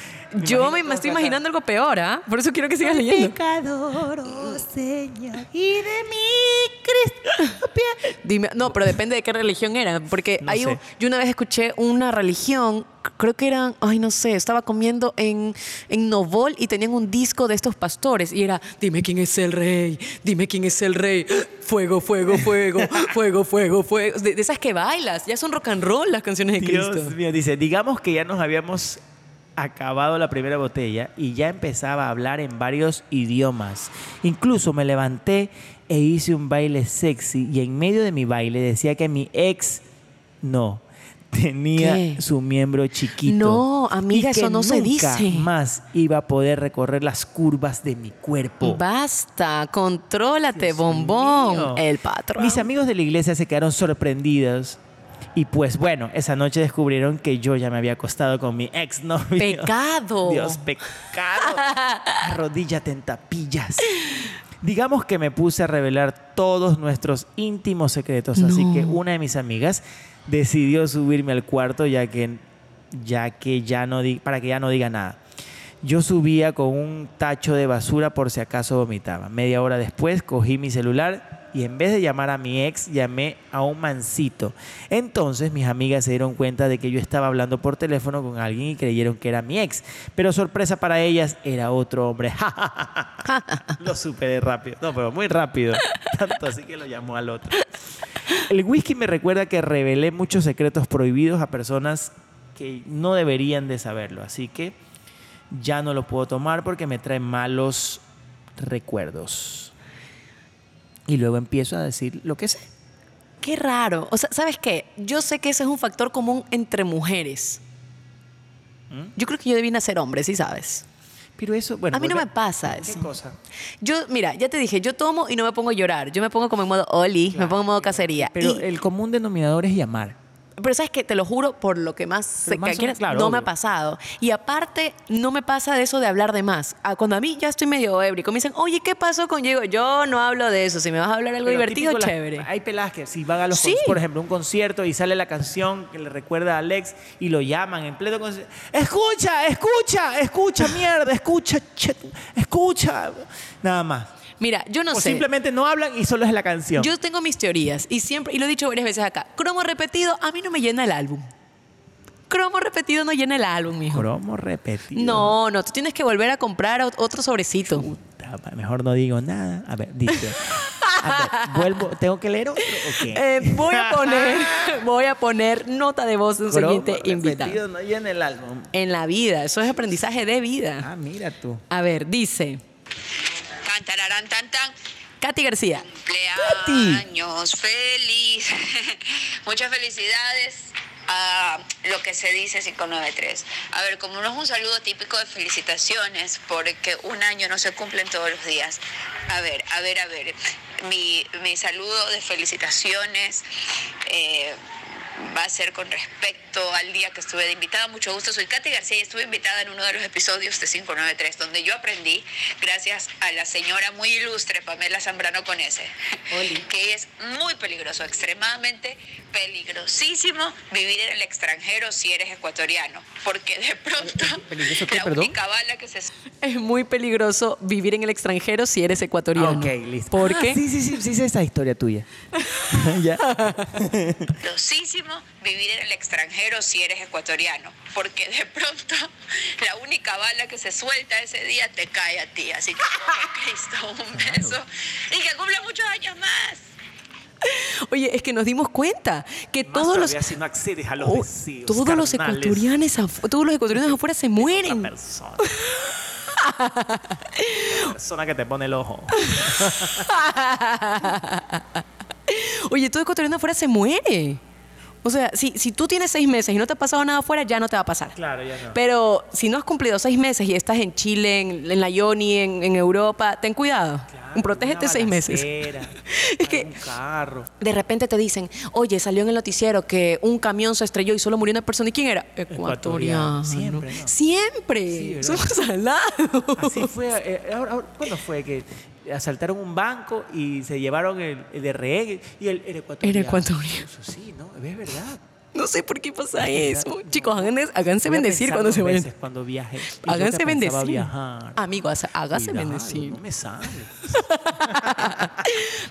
Yo me, imagino estoy todos imaginando algo peor, ¿ah? Por eso quiero que sigas leyendo. Pecador, oh Señor, y de mí, Cristo. pie- Dime, no, pero depende de qué religión era, porque No hay un- sé. yo una vez escuché una religión, c- creo que eran, ay no sé, estaba comiendo en, en Novol y tenían un disco de estos pastores y era, dime quién es el rey, dime quién es el rey, fuego, fuego, fuego, fuego, fuego, fuego, de, de esas que bailas, ya son rock and roll las canciones de Dios Cristo. mío, dice, digamos que ya nos habíamos acabado la primera botella y ya empezaba a hablar en varios idiomas. Incluso me levanté e hice un baile sexy y en medio de mi baile decía que mi ex no tenía ¿Qué? su miembro chiquito. No, amiga, y que eso no se nunca dice. más iba a poder recorrer las curvas de mi cuerpo. Basta, contrólate, Dios Este bombón, mío. el patrón. Mis amigos de la iglesia se quedaron sorprendidos. Y pues bueno, esa noche descubrieron que yo ya me había acostado con mi ex novio. Pecado. Dios, pecado. Arrodíllate en tapillas. Digamos que me puse a revelar todos nuestros íntimos secretos, así No. que una de mis amigas decidió subirme al cuarto ya que ya que ya no di- para que ya no diga nada. Yo subía con un tacho de basura por si acaso vomitaba. Media hora después cogí mi celular y en vez de llamar a mi ex, llamé a un mancito. Entonces mis amigas se dieron cuenta de que yo estaba hablando por teléfono con alguien y creyeron que era mi ex. Pero sorpresa para ellas, era otro hombre. lo superé rápido. No, pero muy rápido. Tanto así que lo llamó al otro. El whisky me recuerda que revelé muchos secretos prohibidos a personas que no deberían de saberlo. Así que ya no lo puedo tomar porque me trae malos recuerdos. Y luego empiezo a decir lo que sé. Qué raro. O sea, ¿sabes qué? Yo sé que ese es un factor común entre mujeres. ¿Mm? Yo creo que yo debí nacer hombre, sí sabes. Pero eso, bueno. A mí no vuelve- me pasa ¿Qué eso. cosa? Yo, mira, ya te dije, yo tomo y no me pongo a llorar. Yo me pongo como en modo oli, me pongo en modo cacería. Pero Y- el común denominador es llamar. Pero sabes que te lo juro por lo que más Pero se más o- quieras, claro, no obvio. me ha pasado. Y aparte, no me pasa de eso de hablar de más. Ah, Cuando a mí ya estoy medio ebrio, me dicen, oye, ¿qué pasó con Diego? Yo no hablo de eso. Si me vas a hablar algo Pero divertido, típico las- chévere. hay peladas que si van a los Sí. con- por ejemplo, un concierto y sale la canción que le recuerda a Alex y lo llaman en pleno concierto. Escucha, escucha, escucha, mierda, escucha, che- escucha. Nada más. Mira, yo no o sé. simplemente no hablan y solo es la canción. Yo tengo mis teorías y siempre, y lo he dicho varias veces acá, cromo repetido a mí no me llena el álbum. Cromo repetido no llena el álbum, mijo. Cromo repetido. No, no, tú tienes que volver a comprar ot- otro sobrecito. Puta, pa- Mejor no digo nada. A ver, dice. A ver, vuelvo. ¿Tengo que leer otro o qué? Eh, voy a poner, voy a poner nota de voz de un Cromo siguiente invitado. repetido no llena el álbum. En la vida, eso es aprendizaje de vida. Ah, mira tú. A ver, dice Tan, tararán, tan, tan. Katy García. Cumpleaños feliz. Muchas felicidades a lo que se dice 593. A ver, como no es un saludo típico de felicitaciones, porque un año no se cumplen todos los días. A ver, a ver, a ver. Mi, mi saludo de felicitaciones. eh, va a ser con respecto al día que estuve de invitada. Mucho gusto, soy Katy García y estuve invitada en uno de los episodios de 593, donde yo aprendí, gracias a la señora muy ilustre Pamela Zambrano con ese, que es muy peligroso, extremadamente peligrosísimo vivir en el extranjero si eres ecuatoriano, porque de pronto ¿Peligroso qué, la perdón? única bala que se Es muy peligroso vivir en el extranjero si eres ecuatoriano. Ah, ok, listo. ¿Por Ah, qué? Sí, sí, sí, sí, sé esa historia tuya. Ya. peligrosísimo vivir en el extranjero si eres ecuatoriano, porque de pronto la única bala que se suelta ese día te cae a ti. Así que, Cristo, un beso y que cumpla muchos años más. Oye, es que nos dimos cuenta que todos los si no accedes a los Oh, todos los ecuatorianos, afu- todos los ecuatorianos afuera se mueren. persona. persona que te pone el ojo. Oye, todo ecuatoriano afuera se muere. O sea, si, si tú tienes seis meses y no te ha pasado nada afuera, ya no te va a pasar. Claro, ya no. Pero si no has cumplido seis meses y estás en Chile, en, en la Yoni, en, en Europa, ten cuidado. Protégete seis meses. Es que. Un carro. De repente te dicen, oye, salió en el noticiero que un camión se estrelló y solo murió una persona. ¿Y quién era? Ecuatoriano. Ecuatoriano. Siempre, ¿no? Siempre. Sí, ¿verdad? Somos al lado. Así fue. eh, ahora- ahora, ¿Cuándo fue que asaltaron un banco y se llevaron el, el de rehén y el, el ecuatoriano? El ecuatoriano. Eso sí, ¿no? Es verdad. No sé por qué pasa No, eso. no. Chicos, háganse, háganse Voy a bendecir pensar cuando dos se vayan. veces Cuando viaje. Y yo Háganse que pensaba bendecir. viajar. Amigo, hace- hágase Cuidado, bendecir. No me sale.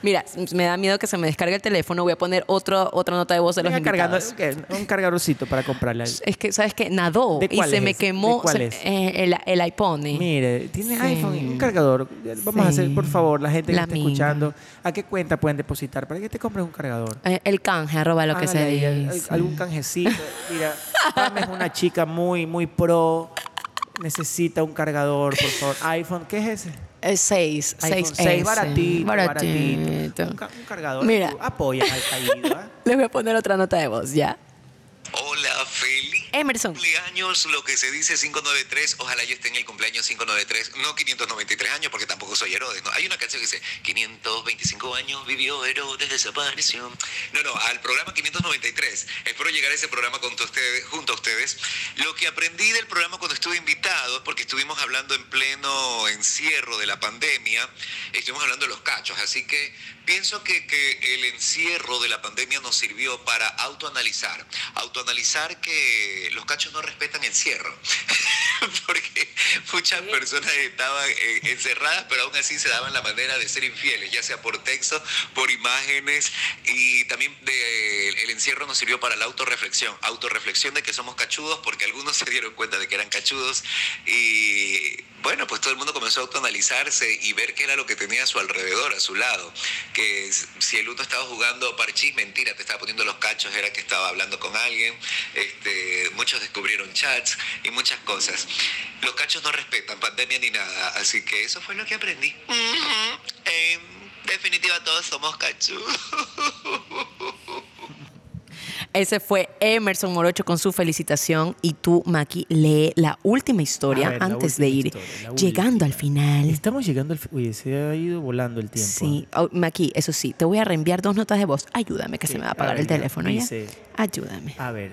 Mira, s- me da miedo que se me descargue el teléfono. Voy a poner otro, otra nota de voz de los Venga cargando invitados. ok, un cargadorcito para comprarle. al- Es que, ¿sabes qué? Nadó ¿De y cuál se es me ese? quemó ¿De cuál se- es? eh, el, el iPhone. Mire, tiene Sí. iPhone, un cargador. Vamos a hacer, Sí. por favor, la gente que La está amiga. escuchando, ¿a qué cuenta pueden depositar para que te compres un cargador? Eh, el canje, arroba lo que se Hágale ahí, dice. al- Algún canjecito. Mira, Pam es una chica muy, muy pro. Necesita un cargador, por favor. iPhone, ¿qué es ese? Eh, seis, iPhone seis, 6, S. baratito, baratito. Baratito. Un, ca- un cargador. Mira. Tú Apoya al caído, ¿ah? Les voy a poner otra nota de voz, ¿ya? Hola, feliz Emerson. cumpleaños, lo que se dice 593. Ojalá yo esté en el cumpleaños 593, no 593 años, porque tampoco soy Herodes. ¿no? Hay una canción que dice 525 años vivió Herodes, desapareció. No, no, al programa 593. Espero llegar a ese programa con to- ustedes, junto a ustedes. Lo que aprendí del programa cuando estuve invitado, porque estuvimos hablando en pleno encierro de la pandemia, estuvimos hablando de los cachos, así que pienso que, que el encierro de la pandemia nos sirvió para autoanalizar, autoanalizar que eh, los cachos no respetan encierro. Porque muchas personas estaban eh, encerradas, pero aún así se daban la manera de ser infieles, ya sea por texto, por imágenes, y también de- el encierro nos sirvió para la autorreflexión. Autorreflexión de que somos cachudos, porque algunos se dieron cuenta de que eran cachudos, y bueno, pues todo el mundo comenzó a autoanalizarse y ver qué era lo que tenía a su alrededor, a su lado. Que s- si el uno estaba jugando parchís, mentira, te estaba poniendo los cachos, era que estaba hablando con alguien. Este, muchos descubrieron chats y muchas cosas. Los cachos no respetan pandemia ni nada, así que eso fue lo que aprendí. Ujú. En definitiva, todos somos cachos. Ese fue Emerson Morocho con su felicitación y tú, Maki, lee la última historia A ver, la antes última de ir historia, la llegando última. al final. Estamos llegando al... fi- Oye, se ha ido volando el tiempo. ¿ah? Sí, Oh, Maki, eso sí, te voy a reenviar dos notas de voz. Ayúdame, que Sí, se me va a apagar ahora el ya, teléfono. ¿ya? dice- Ah. Ayúdame. A ver,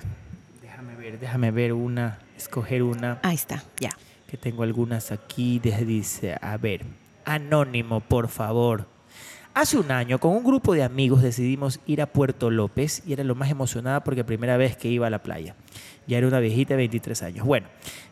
déjame ver, déjame ver una, escoger una, Ahí está, ya. que tengo algunas aquí. de- Dice, a ver, anónimo, por favor. Hace un año, con un grupo de amigos, decidimos ir a Puerto López y era lo más emocionada porque primera vez que iba a la playa. Ya era una viejita de 23 años. Bueno,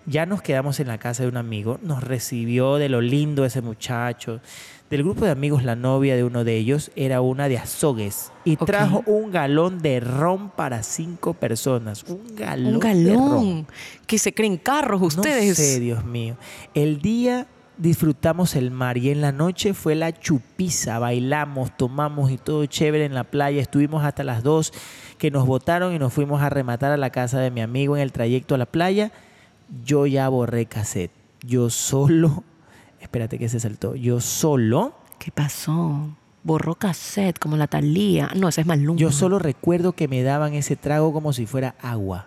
ya nos quedamos en la casa de un amigo. Nos recibió de lo lindo ese muchacho. Del grupo de amigos, la novia de uno de ellos era una de azogues y Ok. trajo un galón de ron para cinco personas. Un galón. Un de ron. galón. Que se creen carros ustedes. No sé, Dios mío. El día disfrutamos el mar y en la noche fue la chupiza. Bailamos, tomamos y todo chévere en la playa. Estuvimos hasta las dos que nos botaron y nos fuimos a rematar a la casa de mi amigo en el trayecto a la playa. Yo ya borré cassette. Yo solo. Espérate que se saltó. Yo solo. ¿Qué pasó? Borró cassette como la Talía. No, esa es Maluma. Yo solo recuerdo que me daban ese trago como si fuera agua.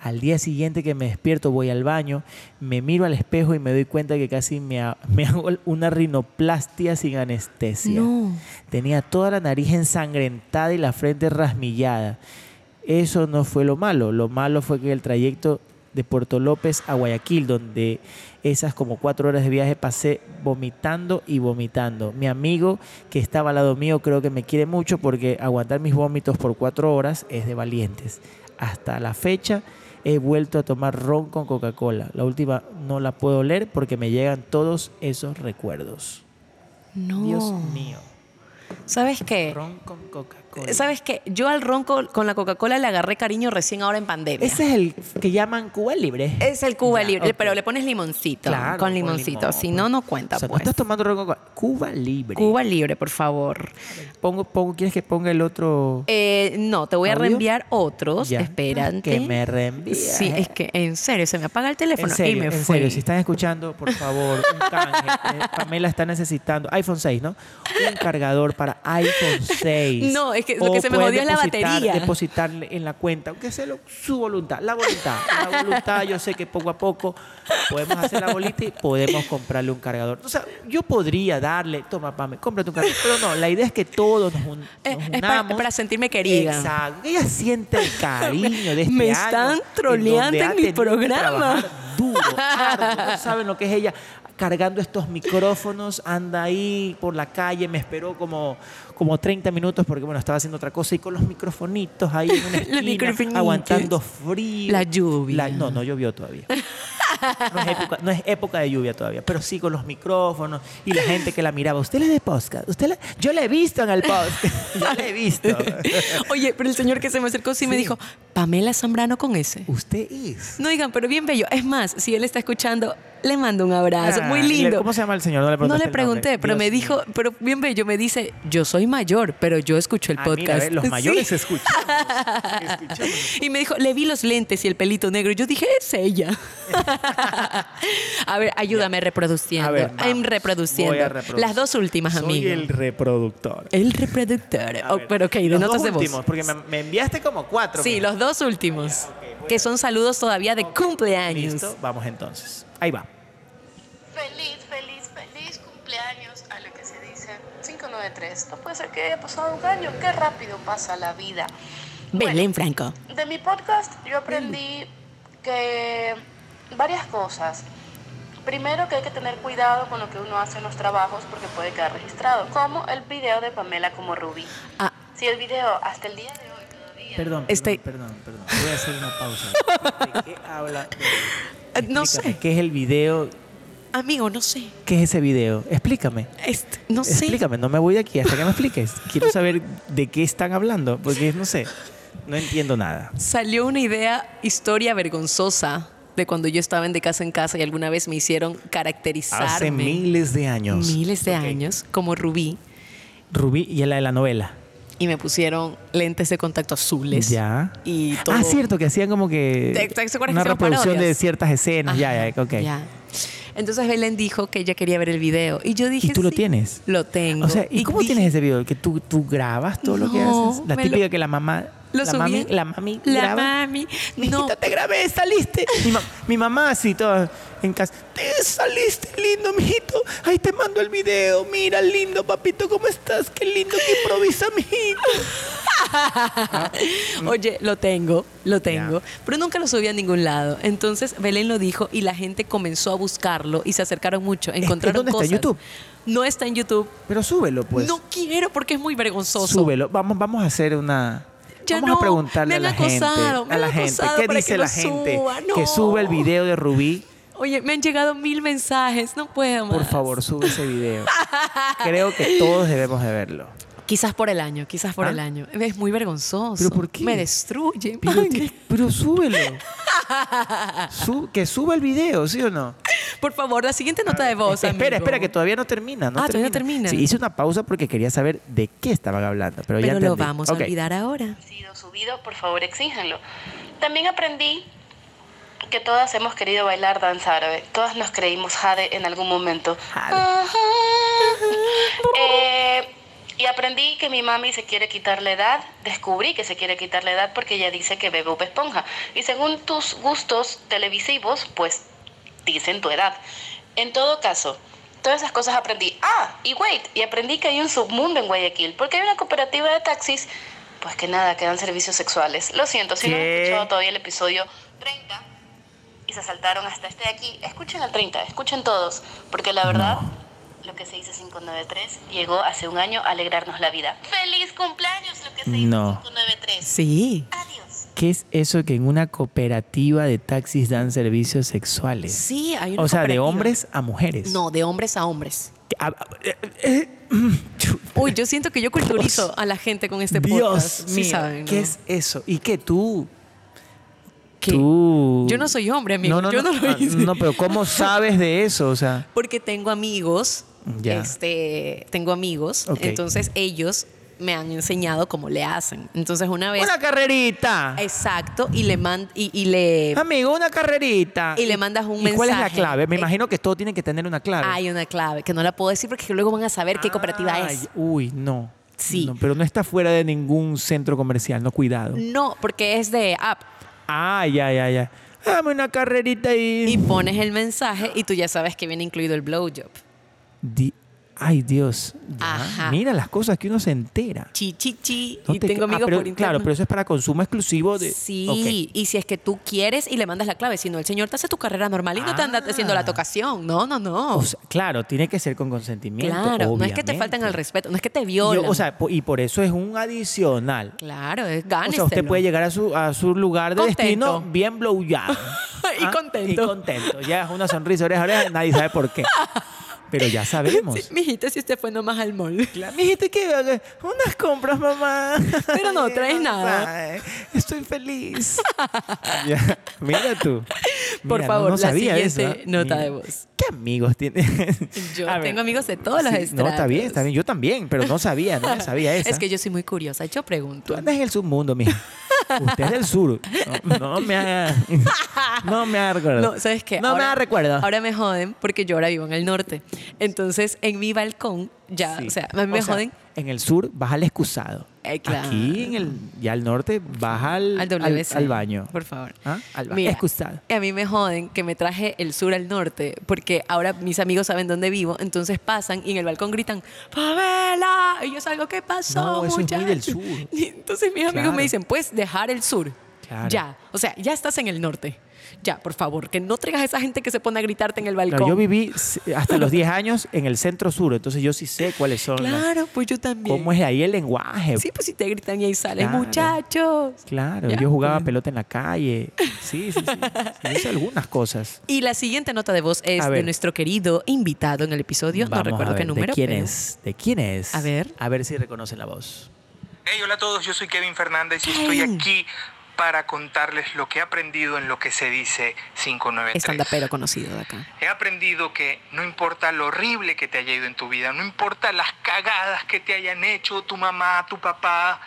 Al día siguiente que me despierto voy al baño, me miro al espejo y me doy cuenta que casi me, ha- me hago una rinoplastia sin anestesia. No. Tenía toda la nariz ensangrentada y la frente rasmillada. Eso no fue lo malo. Lo malo fue que el trayecto de Puerto López a Guayaquil, donde esas como cuatro horas de viaje pasé vomitando y vomitando. Mi amigo que estaba al lado mío creo que me quiere mucho porque aguantar mis vómitos por cuatro horas es de valientes. Hasta la fecha he vuelto a tomar ron con Coca-Cola. La última no la puedo leer porque me llegan todos esos recuerdos. No. Dios mío. ¿Sabes qué? Ron con Coca-Cola. ¿Sabes qué? Yo al ron con, con la Coca-Cola le agarré cariño recién ahora en pandemia. Ese es el que llaman Cuba Libre. Es el Cuba Ya, Libre, ok. pero le pones limoncito. Claro, con limoncito. limón, si pues. no, no cuenta. O sea, no pues. estás tomando ron con Coca- Cuba Libre. Cuba Libre, por favor. Pongo, pongo, ¿Quieres que ponga el otro? Eh, no, te voy a ¿Audio? reenviar otros. Ya. Espérate. Que me reenvíe. Sí, es que en serio, se me apaga el en teléfono serio, y me en fue. serio, si están escuchando, por favor, un canje. Eh, Pamela está necesitando iPhone 6, ¿no? Un cargador para iPhone 6. No, es que lo O que se me pueden jodió es la depositar- batería. Depositarle en la cuenta, aunque sea lo- su voluntad, la voluntad, la voluntad. Yo sé que poco a poco podemos hacer la bolita y podemos comprarle un cargador. O sea, yo podría darle, toma, Pame, cómprate un cargador. Pero no, la idea es que todos nos, un- nos Eh, es para- unamos. para sentirme querida. Exacto. que Ella siente el cariño de este Me año están en donde troleando ha en mi tenido que programa. trabajar duro, arduo. No saben lo que es ella cargando estos micrófonos, anda ahí por la calle, me esperó como, como 30 minutos porque bueno, estaba haciendo otra cosa y con los microfonitos ahí en una microfonitos. esquina, aguantando frío. La lluvia. no, no llovió todavía. No es, época, no es época de lluvia todavía, pero sí con los micrófonos y la gente que la miraba. ¿Usted le de podcast? ¿Usted la- Yo la he visto en el podcast. Yo la he visto. Oye, pero el señor que se me acercó sí, me Sí. dijo, Pamela Zambrano con ese. Usted es. No digan, pero bien bello. Es más, si él está escuchando, le mando un abrazo. Ah, Muy le- lindo. ¿Cómo se llama el señor? No le No preguntaste le el nombre. pregunté, pero Dios me mío. dijo, pero bien bello, me dice, yo soy mayor, pero yo escucho el Ah, mira, podcast. ve, los mayores Sí. escuchamos. escuchamos. Y me dijo, le vi los lentes y el pelito negro. Y yo dije, es ella. a ver, ayúdame reproduciendo. A ver, Em, vamos. reproduciendo. Voy a reproducir. Las dos últimas, Soy amigo. el reproductor. El reproductor. A Oh, ver, pero ok, de los dos notas de voz. últimos, Porque me, me enviaste como cuatro. Sí, mira. los dos últimos. que son saludos todavía de cumpleaños. Listo, vamos entonces. Ahí va. Feliz, feliz, feliz cumpleaños a lo que se dice 593. No puede ser que haya pasado un año. Qué rápido pasa la vida. Belén Franco. De mi podcast yo aprendí que varias cosas. Primero que hay que tener cuidado con lo que uno hace en los trabajos porque puede quedar registrado, como el video de Pamela como Rubí. Ah, Si el video hasta el día de hoy todavía Perdón, Este- perdón, perdón, perdón. Voy a hacer una pausa. ¿De qué habla? Eh, No Explícame, sé. ¿Qué es el video? Amigo, no sé. ¿Qué es ese video? Explícame. Este, no sé. Explícame, no me voy de aquí hasta que me expliques. Quiero saber de qué están hablando, porque no sé, no entiendo nada. Salió una idea, historia vergonzosa de cuando yo estaba en de casa en casa y alguna vez me hicieron caracterizarme. Hace miles de años. miles de años como Rubí Rubí y la de la novela. y me pusieron lentes de contacto azules. Ya. Y todo. Ah, cierto, que hacían como que ¿Te- te acuerdas que una hicieron reproducción de parodias? ciertas escenas. Ajá, Ya, ya, ok. ya. Entonces Belén dijo que ella quería ver el video y yo dije. ¿Y tú lo "Sí, tienes? Lo tengo. O sea, ¿y, cómo dije- tienes ese video? ¿Que tú, tú grabas todo lo que No, haces? La me lo- típica que la mamá... Lo la subí mami, en- la mami La graba. mami. No. Mijita, te grabé, saliste. Mi, ma- mi mamá así, toda en casa. Te saliste, lindo, mijito. Ahí te mando el video. Mira, lindo, papito, ¿cómo estás? Qué lindo que improvisa, mijito. Oye, lo tengo, lo tengo. Pero nunca lo subí a ningún lado. Entonces Belén lo dijo y la gente comenzó a buscarlo y se acercaron mucho. Encontraron dónde está? ¿En cosas. YouTube? No está en YouTube. Pero súbelo, pues. No quiero porque es muy vergonzoso. Súbelo. Vamos, vamos a hacer una. Ya vamos no, a preguntarle me a la han acosado, gente. me a han la gente. acosado ¿Qué para dice que la lo gente? suba, Que no. suba el video de Rubí. Oye, me han llegado mil mensajes. No puedo más. Por favor, sube ese video. Creo que todos debemos de verlo. Quizás por el año, quizás por ¿Ah? el año. Es muy vergonzoso. ¿Pero por qué? Me destruye. Pero, man. ti- pero súbelo. Su- que suba el video, ¿sí o no? Por favor, la siguiente nota de voz. espera, amigo. espera, que todavía no termina. No Ah, todavía no termina. Sí, hice una pausa porque quería saber de qué estaban hablando. Pero, ya Pero lo entendí. vamos a Ok. olvidar ahora. sido subido, por favor exíjanlo. También aprendí que todas hemos querido bailar danza árabe. Todas nos creímos Jade en algún momento. Ajá. Eh, y aprendí que mi mami se quiere quitar la edad. Descubrí que se quiere quitar la edad porque ella dice que bebe uva esponja. Y según tus gustos televisivos, pues dicen tu edad. En todo caso, todas esas cosas aprendí. Ah, y wait, y aprendí que hay un submundo en Guayaquil, porque hay una cooperativa de taxis, pues que nada, que dan servicios sexuales. Lo siento, si no han ¿Qué? escuchado todavía el episodio 30 y se saltaron hasta este de aquí, escuchen el 30, escuchen todos, porque la verdad, lo que se dice 593 llegó hace un año a alegrarnos la vida. ¡Feliz cumpleaños, lo que se dice No. 593! Sí. ¡Adiós! ¿Qué es eso que en una cooperativa de taxis dan servicios sexuales? Sí, hay una O sea, de cooperativa. hombres a mujeres. No, de hombres a hombres. Que- ah, ah, eh, eh, mm, chu- Uy, yo siento que yo culturizo a la gente con este podcast. Dios Sí mío, saben, ¿no? ¿qué es eso? ¿Y qué tú? ¿Qué? Tú. Yo no soy hombre, amigo. No, no, yo no, lo ah, hice. no, pero ¿cómo sabes de eso? O sea, Porque tengo amigos. Ya. Este, tengo amigos. Ok. Entonces ellos me han enseñado cómo le hacen. Entonces una vez. una carrerita. Exacto. Y le man, y, y le. Amigo, una carrerita. Y le mandas un ¿Y ¿Cuál es la mensaje? clave? Me Eh, imagino que todo tiene que tener una clave. Hay una clave que no la puedo decir porque luego van a saber qué cooperativa Ay, es. Uy, no. Sí. No, pero no está fuera de ningún centro comercial, no cuidado. No, porque es de app. Ah, ya, ya, ya. Dame una carrerita y. Y pones el mensaje y tú ya sabes que viene incluido el blowjob. Di- Ay, Dios. Ya. Ajá. Mira las cosas que uno se entera. Chi, chi, chi. No y te- tengo Ah, amigos pero- por internet. Claro, pero eso es para consumo exclusivo de. Sí, Ok. y si es que tú quieres y le mandas la clave, si no, el señor te hace tu carrera normal y no te anda Ah. haciendo la tocación. No, no, no. O sea, claro, tiene que ser con consentimiento. claro, no es que te faltan al obviamente. respeto, no es que te Y yo- violan. o sea, po- y por eso es un adicional. claro, es O ganes. sea, usted puede llegar a su, a su lugar de Contento. destino bien blowjado. Y contento. Y contento. Ya es una sonrisa, oreja, oreja, nadie sabe por qué. Pero ya sabemos. Mijita, si usted fue nomás al mall. Claro, Mijito, que eh, unas compras, mamá. Pero no Ay, traes no nada. sabe. Estoy feliz. Ya, Mira tú. Por Mira, no- favor, no la sabía eso, siguiente ¿ah? nota Mira, de voz. ¿Qué amigos tienes? Yo A ver. tengo amigos de todos los No, está bien, estratos. está bien. Yo también, pero no sabía, no me sabía esa. Es que yo soy muy curiosa, yo pregunto. Tú andas en el submundo, mija. Usted es del sur. No, no me haga. No me haga recuerdo. Ah. No, ¿sabes qué? No me haga recuerdo. Ahora me joden porque yo ahora vivo en el norte. Entonces, en mi balcón, ya, Sí. Ah, o sea, a mí me O sea, joden. En el sur vas al excusado. Eh, claro. Aquí en el, ya al norte vas al, Al WC. al baño. Por favor. ¿Ah? Al baño. Mira, Excusado. A mí me joden que me traje el sur al norte, porque ahora mis amigos saben dónde vivo, entonces pasan y en el balcón gritan, ¡Pamela! Y yo salgo, ¿qué pasó, No, eso es muy muchacho?" del sur. Y entonces mis amigos Claro. me dicen, ¿puedes dejar el sur? Claro. Ya, o sea, ya estás en el norte. Ya, por favor, que no traigas a esa gente que se pone a gritarte en el balcón. Claro, yo viví s- hasta los 10 años en el centro sur, entonces yo sí sé cuáles son. las- Claro, pues yo también. ¿Cómo es ahí el lenguaje? Sí, pues si te gritan y ahí sales, Claro. muchachos. Claro, Ya, yo jugaba pues. pelota en la calle. Sí, sí, sí. Sí, yo sé algunas cosas. Y la siguiente nota de voz es A de ver. nuestro querido invitado en el episodio. Vamos no a recuerdo qué ver, número. ¿De quién pero- es? ¿De quién es? A ver. A ver si reconocen la voz. Hey, hola a todos, yo soy Kevin Fernández y estoy Kevin. aquí para contarles lo que he aprendido en lo que se dice 593. Estandapero conocido de acá. He aprendido que no importa lo horrible que te haya ido en tu vida, no importa las cagadas que te hayan hecho tu mamá, tu papá,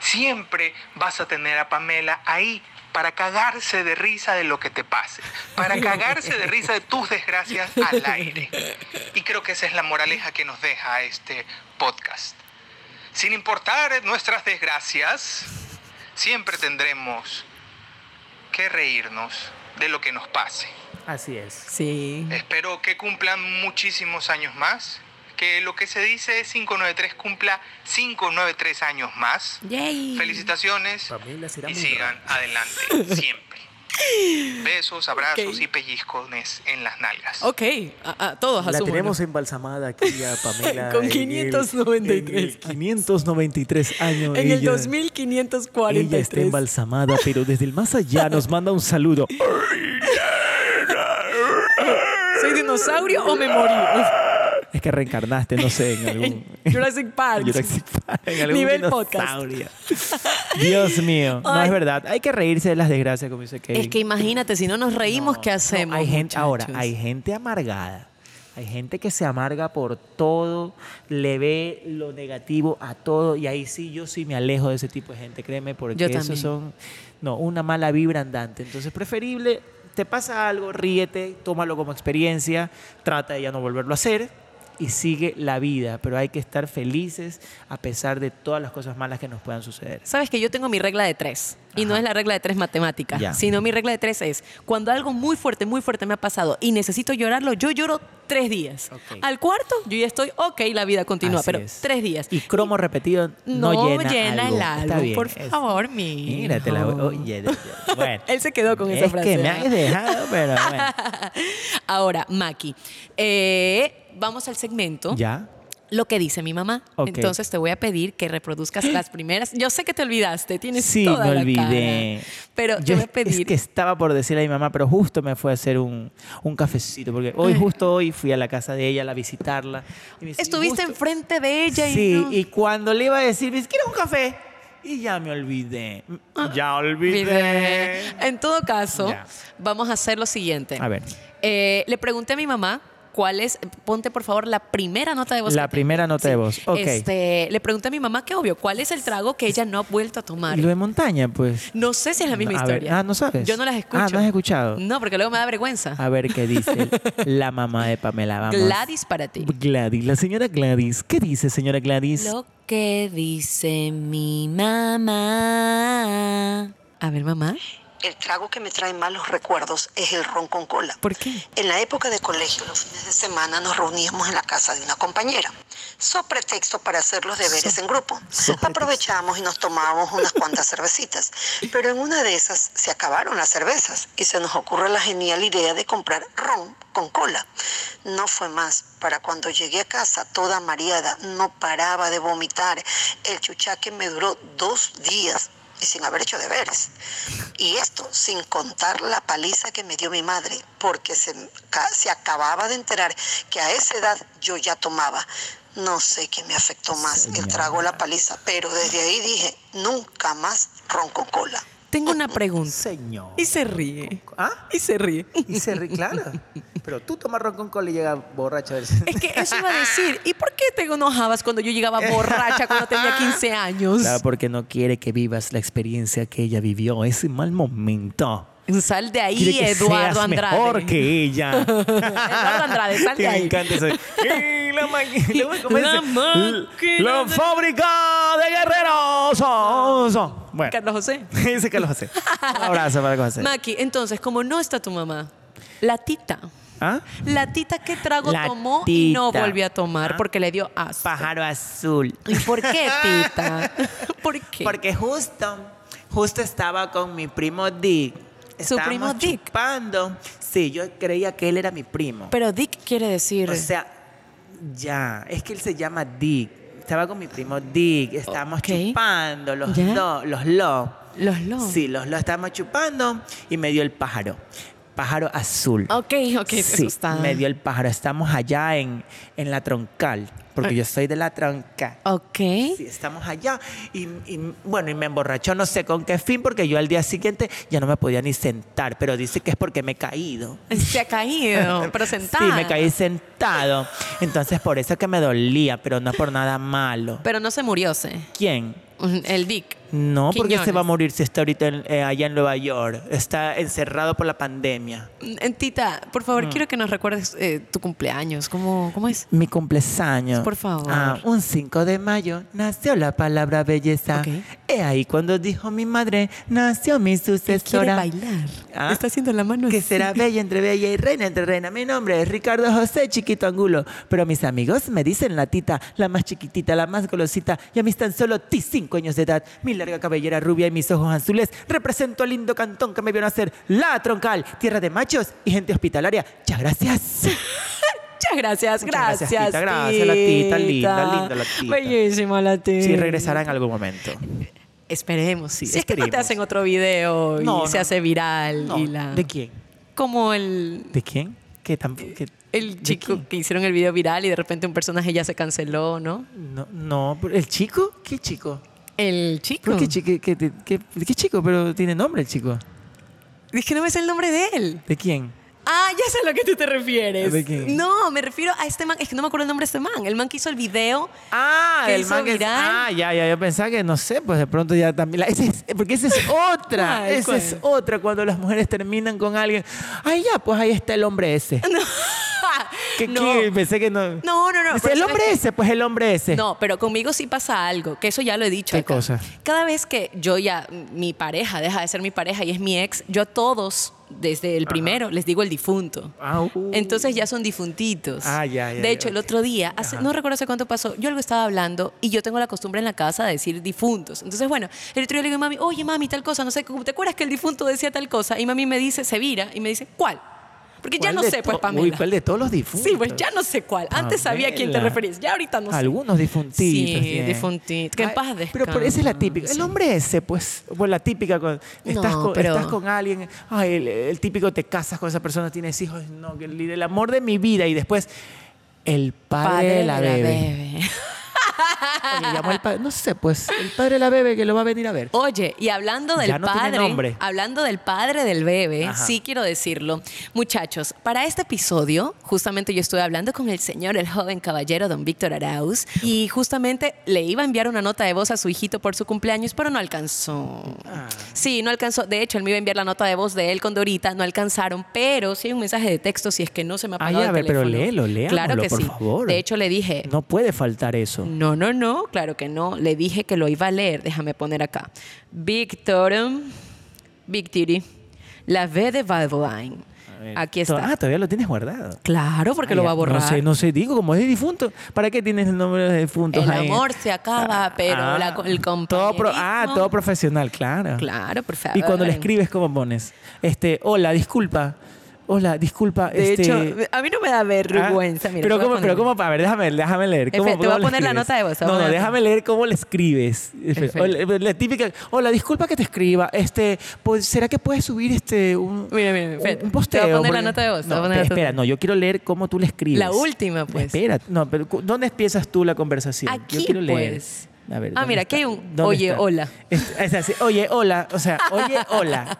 siempre vas a tener a Pamela ahí para cagarse de risa de lo que te pase, para cagarse de risa de tus desgracias al aire. Y creo que esa es la moraleja que nos deja este podcast. Sin importar nuestras desgracias, siempre tendremos que reírnos de lo que nos pase. Así es. Sí. Espero que cumplan muchísimos años más. Que lo que se dice es 593 cumpla 593 años más. Yay. Felicitaciones Pamela será y muy sigan adelante siempre. Besos, abrazos Ok. y pellizcones en las nalgas. Ok, a, a todos La asumo, ¿no? tenemos embalsamada aquí a Pamela. Con en el- 593 en el 593 años. En el ella- 2543. Ella está embalsamada, pero desde el más allá nos manda un saludo. ¿Soy dinosaurio o me morí? Es que reencarnaste, no sé, en algún. Jurassic Park. Jurassic Park, en algún Nivel dinosaurio. Dios mío. No Ay. es verdad. Hay que reírse de las desgracias, como dice Kevin. Es que imagínate, si no nos reímos, ¿qué No, hacemos? hay gente, ahora, muchachos? hay gente amargada. Hay gente que se amarga por todo, le ve lo negativo a todo. Y ahí sí, yo sí me alejo de ese tipo de gente, créeme, porque Yo también. esos son no, una mala vibra andante. Entonces, preferible, te pasa algo, ríete, tómalo como experiencia, trata de ya no volverlo a hacer y sigue la vida. Pero hay que estar felices a pesar de todas las cosas malas que nos puedan suceder. Sabes que yo tengo mi regla de tres. Y no es la regla de tres matemática, Ya. sino mi regla de tres es cuando algo muy fuerte, muy fuerte me ha pasado y necesito llorarlo, yo lloro tres días. Ok. Al cuarto, yo ya estoy, ok, la vida continúa, Así pero es. tres días. Y cromo repetido no, no, llena, llena, algo. el Está álbum, bien, por es- favor, mi. Mírate la oye, de- de- bueno. Él se quedó con esa es frase. que me ¿verdad? has dejado, pero bueno. Ahora, Maki, eh, vamos al segmento. Ya. Lo que dice mi mamá. Ok. Entonces te voy a pedir que reproduzcas las primeras. Yo sé que te olvidaste, tienes Sí, toda me la olvidé. cara. pero te yo voy a pedir. es que estaba por decirle a mi mamá, pero justo me fue a hacer un, un cafecito porque hoy justo hoy fui a la casa de ella a visitarla. y me dice, Estuviste "Justo- enfrente de ella y. Sí, no. y cuando le iba a decir, me dice, "¿Quieres un café?" Y ya me olvidé. Ya olvidé. Ah, Olvidé. En todo caso, Ya. vamos a hacer lo siguiente. A ver. Eh, le pregunté a mi mamá cuál es. Ponte, por favor, la primera nota de voz. La que tengo. primera nota de voz. Ok. Este, le pregunté a mi mamá, que obvio, ¿cuál es el trago que ella no ha vuelto a tomar? Lo de montaña, pues. No sé si es la misma A ver, historia. ah, ¿no sabes? Yo no las escucho. Ah, ¿no has escuchado? No, porque luego me da vergüenza. A ver qué dice la mamá de Pamela. Vamos. Gladys para ti. Gladys, la señora Gladys. ¿Qué dice, señora Gladys? Lo que dice mi mamá. A ver, mamá. El trago que me trae malos recuerdos es el ron con cola. ¿Por qué? En la época de colegio, los fines de semana nos reuníamos en la casa de una compañera, so pretexto para hacer los deberes en grupo. Aprovechábamos y nos tomábamos unas cuantas cervecitas, pero en una de esas se acabaron las cervezas y se nos ocurre la genial idea de comprar ron con cola. No fue más, para cuando llegué a casa toda mareada, no paraba de vomitar. El chuchaque me duró dos días y sin haber hecho deberes. Y esto sin contar la paliza que me dio mi madre, porque se, ca- se acababa de enterar que a esa edad yo ya tomaba. No sé qué me afectó más, el trago o la paliza, pero desde ahí dije, nunca más ronco cola. Tengo una pregunta. Señor. Y se ríe. ¿Ah? Y se ríe. Y se ríe, claro. Pero tú tomas ron con cola y llega borracha. Es que eso iba a decir. ¿Y por qué te enojabas cuando yo llegaba borracha cuando tenía 15 años? Claro, porque no quiere que vivas la experiencia que ella vivió, ese mal momento. Sal de Quiere ahí, que Eduardo seas Andrade. mejor que ella. Eduardo Andrade, sal de Me ahí. encanta eso. Y la ma- ¿cómo La dice? máquina La de- fábrica de guerreros. Oh, oh. Bueno. Carlos José. Dice Carlos José. Un abrazo para Carlos José. Maki, entonces, como no está tu mamá, la tita. ¿Ah? La tita que trago La tomó y no tita. volvió a tomar Ah. porque le dio asco. Pájaro azul. ¿Y por qué, tita? ¿Por qué? Porque justo, Justo estaba con mi primo Dick. ¿Su Estábamos primo Dick? Chupando. Sí, yo creía que él era mi primo. Pero Dick quiere decir. O sea, ya, es que él se llama Dick. Estaba con mi primo Dick, estábamos Ok. chupando los Ya. lo, los lo. los lobos. Sí, los lo estábamos chupando y me dio el pájaro. Pájaro azul. Ok, ok, te sí, asustada. me dio el pájaro. Estamos allá en, en la troncal, porque yo soy de la troncal. Ok. Sí, estamos allá. Y, y, bueno, y me emborrachó no sé con qué fin, porque yo al día siguiente ya no me podía ni sentar, pero dice que es porque me he caído. Se ha caído, pero sentada. Sí, me caí sentado. Entonces, por eso que me dolía, pero no por nada malo. Pero no se murió, se. ¿Quién? El Dick. No, porque se Quiñones. va a morir si está ahorita en- eh, allá en Nueva York. Está encerrado por la pandemia. Eh, Tita, por favor, quiero que nos recuerdes eh, tu cumpleaños. ¿Cómo, cómo es? Mi cumpleaños. Por favor. Ah, un 5 de mayo nació la palabra belleza. Ok. He ahí cuando dijo mi madre, nació mi sucesora. bailar. Ah. Está haciendo la mano Que así. será bella entre bella y reina entre reina. Mi nombre es Ricardo José Chiquito Angulo. Pero mis amigos me dicen la tita, la más chiquitita, la más golosita. Y a mis tan solo ti cinco años de edad. Mi larga cabellera rubia y mis ojos azules. Represento al lindo cantón que me vio nacer. La troncal, tierra de machos y gente hospitalaria. Ya, gracias. Muchas gracias, Muchas gracias, gracias. tita, gracias, la tita, linda, linda la tita. Bellísima la tita. Sí, regresará en algún momento. Esperemos, sí. Sí, Si es que no te esperemos. hacen otro video y No, se no. hace viral. No, y la... ¿De quién? Como el, ¿De quién? ¿Qué tan- qué- el de chico quién? que hicieron el video viral y de repente un personaje ya se canceló, ¿no? No, no, pero ¿el chico? ¿Qué chico? El chico. ¿Por qué, chico? ¿Qué, qué- qué- qué chico? Pero tiene nombre el chico. Es que no me sé el nombre de él. ¿De quién? Ah, ya sé a lo que tú te refieres. ¿De quién? No, me refiero a este man. Es que no me acuerdo el nombre de este man. El man que hizo el video. Ah, que el hizo man que es- viral. Ah, ya, ya, yo pensaba que no sé, pues de pronto ya también. la- esa es- porque esa es otra, ¿Cuál, esa cuál? es otra cuando las mujeres terminan con alguien. Ay, ya, pues ahí está el hombre ese. ¿Qué, no. qué? Pensé que no. No, no, no, Dice, pero el ¿sabes hombre qué? ese, pues el hombre ese. No, pero conmigo sí pasa algo, que eso ya lo he dicho. ¿Qué acá. cosa? Cada vez que yo ya, mi pareja deja de ser mi pareja y es mi ex, yo a todos, desde el primero, les digo el difunto. Ah, uh. Entonces ya son difuntitos. Ah, ya, ya, De ya, hecho, el ok. otro día, hace- Ajá. no recuerdo hace cuánto pasó, yo algo estaba hablando y yo tengo la costumbre en la casa de decir difuntos. Entonces, bueno, el otro día le digo a mami, oye, mami, tal cosa, no sé, ¿te acuerdas que el difunto decía tal cosa? Y mami me dice, se vira, y me dice, ¿cuál? Porque ya ¿Cuál no de sé, pues, to- Uy, Pamela. ¿cuál de todos los difuntos? Sí, pues ya no sé cuál. Antes sabía a quién te Pamela. referías. Ya ahorita no sé. Algunos difuntitos. Sí, bien. difuntitos. Que en Ay, paz Pero por- esa es la típica. El descanse. hombre ese, pues, pues la típica. con- estás, No, con, pero- estás con alguien, ay, el, el típico te casas con esa persona, tienes hijos, no, que el, el amor de mi vida y después el padre, de la bebé. Porque llamó el pa- no sé, pues el padre de la bebé que lo va a venir a ver. Oye, y hablando del Ya no tiene padre, nombre. hablando del padre del bebé, Ajá. sí quiero decirlo. Muchachos, para este episodio, justamente yo estuve hablando con el señor, el joven caballero, don Víctor Arauz, y justamente le iba a enviar una nota de voz a su hijito por su cumpleaños, pero no alcanzó. Ah. Sí, no alcanzó. De hecho, él me iba a enviar la nota de voz de él con Dorita, no alcanzaron, pero sí hay un mensaje de texto si es que no se me ha Ah, apagado ya, a el ver, pero teléfono. léelo, Claro leámoslo, que por sí. favor. De hecho, le dije, No puede faltar eso. no, no, no, claro que no. Le dije que lo iba a leer. Déjame poner acá. Victor, Big Titty, la V de Valvoline. Aquí To- está. Ah, todavía lo tienes guardado. Claro, porque Ah, lo ya, va a borrar. No sé, no sé, digo, como es difunto. ¿Para qué tienes el nombre de difuntos El ahí? amor se acaba, pero Ah, la- el todo pro- Ah, compañerismo- todo profesional, claro. Claro, por favor. Y cuando le escribes, ¿cómo pones? Este, hola, disculpa. Hola, disculpa. De este, hecho, a mí no me da ah, vergüenza. mira, pero te voy cómo, a pero poner- cómo, a ver, déjame, déjame leer. Efe, ¿Cómo, te voy cómo a le poner la escribes? nota de voz, te voy No, a no, poner- déjame leer cómo le escribes. Efe, Efe. hola, la típica, hola, disculpa que te escriba. Este, pues, ¿será que puedes subir este un, Mira, mira, espérate. un- Te voy un a posteo? poner Porque- la nota de voz, te voy a No, poner la nota- espera, no, yo quiero leer cómo tú le escribes. La última, pues. Espera, no, pero cu- ¿dónde empiezas tú la conversación? Aquí, yo quiero leer. pues. A ver, Ah, ¿dónde mira, aquí hay está? un, ¿Dónde "Oye, está? hola". Es, es así, oye, hola. O sea, oye, hola.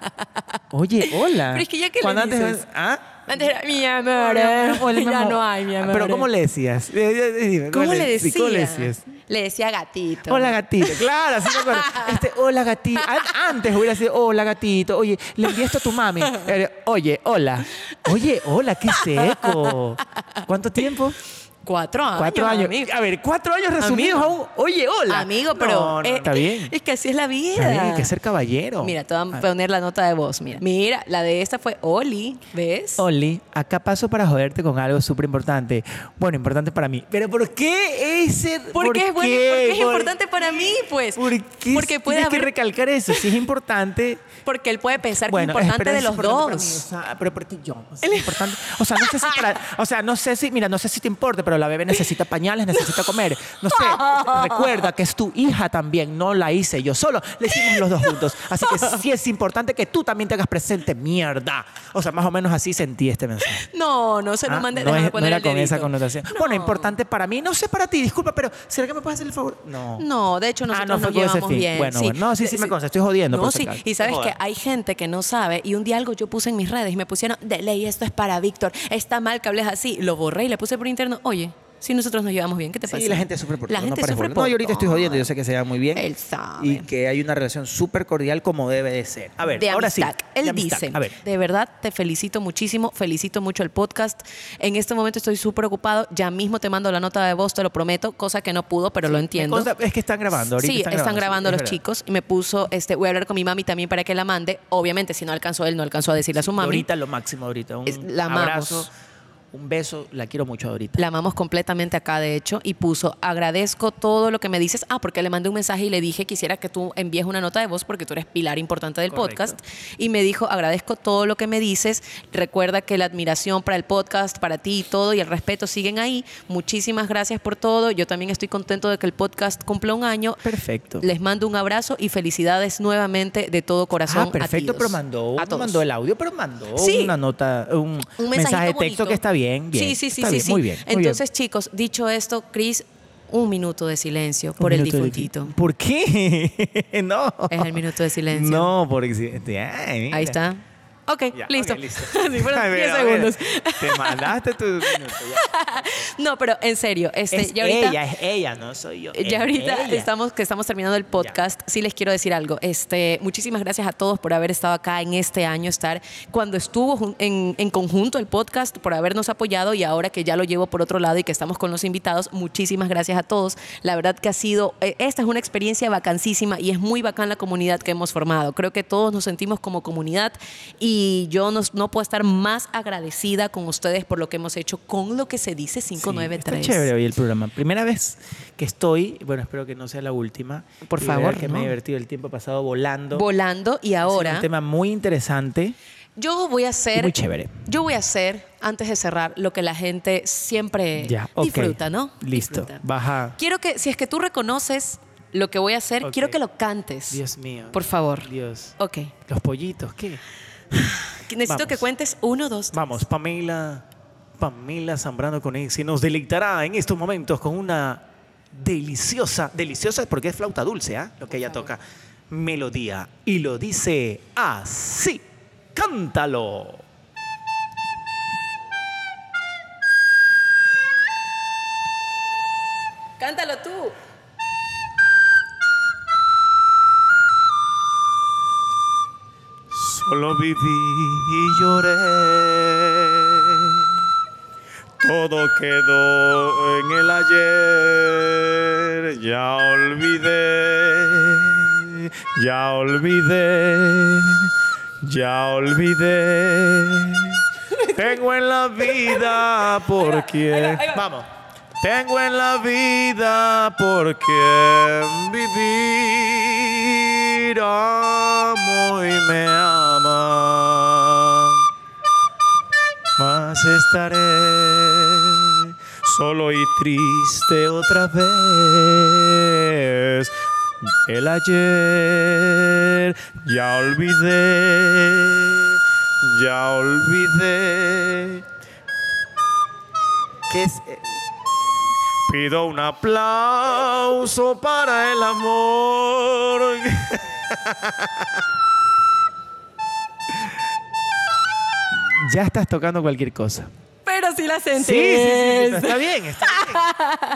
Oye, hola. Pero es que ya que le Cuando antes- dices- ¿Ah? Antes era, mi amor, Hola, eh". hola, mi ya amor. no hay, mi Ah, amor. Pero ¿cómo eh. le decías? Eh, eh, eh, dime, ¿Cómo le sí, decía? ¿Cómo le decías? Le decía gatito. Hola gatito, claro, así me acuerdo. Este, hola gatito. An- Antes hubiera sido, hola gatito. Oye, le envié esto a tu mami. Eh, Oye, hola. Oye, hola, qué seco. ¿Cuánto tiempo? Cuatro años. Cuatro años. amigo. A ver, cuatro años resumidos a Amigo. un. Oye, hola. Amigo, No, no, pero. eh, está bien. Es que así es la vida. Está bien, hay que ser caballero. Mira, te voy a Ah. poner la nota de voz. Mira, mira la de esta fue Oli, ¿ves? Oli, acá paso para joderte con algo súper importante. Bueno, importante para mí. Pero ¿por qué ese? Porque es bueno, qué? porque es ¿Por- importante para mí, pues. ¿Por qué porque puede tienes haber, que recalcar eso? Si es importante. porque él puede pensar bueno, que es importante espera, de es los importante para dos. mí, o sea, pero porque yo. O sea, es importante. O sea, no sé si para- o sea, no sé si, mira, no sé si te importa, pero la bebé necesita pañales, necesita comer. No sé. Recuerda que es tu hija también, no la hice yo solo. La hicimos los dos juntos. Así que sí es importante que tú también te hagas presente, mierda. O sea, más o menos así sentí este mensaje. No, no se lo Ah, mandé. no, déjame es- no poner era el con esa dedito. connotación. No. Bueno, importante para mí, no sé para ti, disculpa, pero ¿será que me puedes hacer el favor? No. No, de hecho Ah, nosotros no fue nos con ese llevamos fin. bien. Bueno, bueno. No, sí, sí me consta, estoy jodiendo, No, por si sí. acaso. Y sabes Joda. que hay gente que no sabe y un día algo yo puse en mis redes y me pusieron, de ley, esto es para Víctor, está mal que hables así. Lo borré y le puse por interno, oye, si nosotros nos llevamos bien, ¿qué te Sí, pasa? la gente sufre por pues La todo, no gente pares sufre bola. por No, yo ahorita estoy todo. jodiendo, yo sé que se lleva muy bien. Él sabe. Y que hay una relación súper cordial como debe de ser. A ver, de ahora amistad. sí. Él de amistad. dice, A ver. de verdad te felicito muchísimo, felicito mucho el podcast. En este momento estoy súper ocupado, ya mismo te mando la nota de voz, te lo prometo, cosa que no pudo, pero lo entiendo. Cosa- es que están grabando ahorita. Sí, están, grabando, sí, es los verdad. chicos y me puso, este, voy a hablar con mi mami también para que la mande. Obviamente, si no alcanzó él, no alcanzó a decirle a su mami. Ahorita lo máximo, ahorita. Un Es- la amamos. abrazo, un beso, la quiero mucho ahorita. La amamos completamente acá, de hecho, y puso, agradezco todo lo que me dices. Ah, porque le mandé un mensaje y le dije, quisiera que tú envíes una nota de voz porque tú eres pilar importante del Correcto. podcast. Y me dijo, agradezco todo lo que me dices. Recuerda que la admiración para el podcast, para ti y todo, y el respeto siguen ahí. Muchísimas gracias por todo. Yo también estoy contento de que el podcast cumpla un año. Perfecto. Les mando un abrazo y felicidades nuevamente de todo corazón. Ah, perfecto, a pero mandó, a todos. mandó el audio, pero mandó Sí. una nota, un, un mensaje de mensajito texto bonito. que está bien, bien. Sí, sí, sí, Está sí, bien, sí. Muy bien. muy bien. Entonces, chicos, dicho esto, Cris, un minuto de silencio por Un el minuto de- difuntito. ¿Por qué? no. Es el minuto de silencio. No, porque si- ay, mira. Ahí está. Ok, Ya, listo. ok, listo. Sí, fueron A ver, 10 a ver, segundos. Te mandaste tu minuto. ya. No, pero en serio, este, es ya ahorita. ella, es ella, no soy yo. es Ya ahorita ella. estamos, que estamos terminando el podcast, sí les quiero decir algo. Este, muchísimas gracias a todos por haber estado acá en este año, estar cuando estuvo jun- en, en conjunto el podcast, por habernos apoyado y ahora que ya lo llevo por otro lado y que estamos con los invitados, muchísimas gracias a todos. La verdad que ha sido, eh, esta es una experiencia vacancísima y es muy bacán la comunidad que hemos formado. Creo que todos nos sentimos como comunidad y yo nos- no puedo estar más agradecida con ustedes por lo que hemos hecho con lo que se dice Sí, 593. Está chévere hoy el programa. Primera vez que estoy, bueno, espero que no sea la última. Por Y de verdad favor, Que no. me he divertido el tiempo ha pasado volando. Volando y Ha sido ahora... Un tema muy interesante. Yo voy a hacer. Muy chévere. Yo voy a hacer, antes de cerrar, lo que la gente siempre Ya, ok. disfruta, ¿no? Listo, Disfruta. baja. Quiero que, si es que tú reconoces lo que voy a hacer, Ok. quiero que lo cantes. Dios mío. Por favor. Dios. Ok. Los pollitos, ¿qué? Necesito Vamos. que cuentes uno, dos, tres. Vamos, Pamela, Pamela Zambrano con Easy nos deleitará en estos momentos con una deliciosa, deliciosa porque es flauta dulce, ¿ah? Lo que ella toca. Melodía. Y lo dice así. Cántalo. Cántalo tú. Solo viví y lloré. Todo quedó en el ayer. Ya olvidé, ya olvidé, ya olvidé. Tengo en la vida por quien. Vamos. Tengo en la vida por quien vivir. Amo y me ama más estaré solo y triste otra vez. El ayer ya olvidé, ya olvidé. ¿Qué es? Pido un aplauso para el amor. Ya estás tocando cualquier cosa. Pero sí la sentí. Sí, sí, sí, sí, está bien, está bien.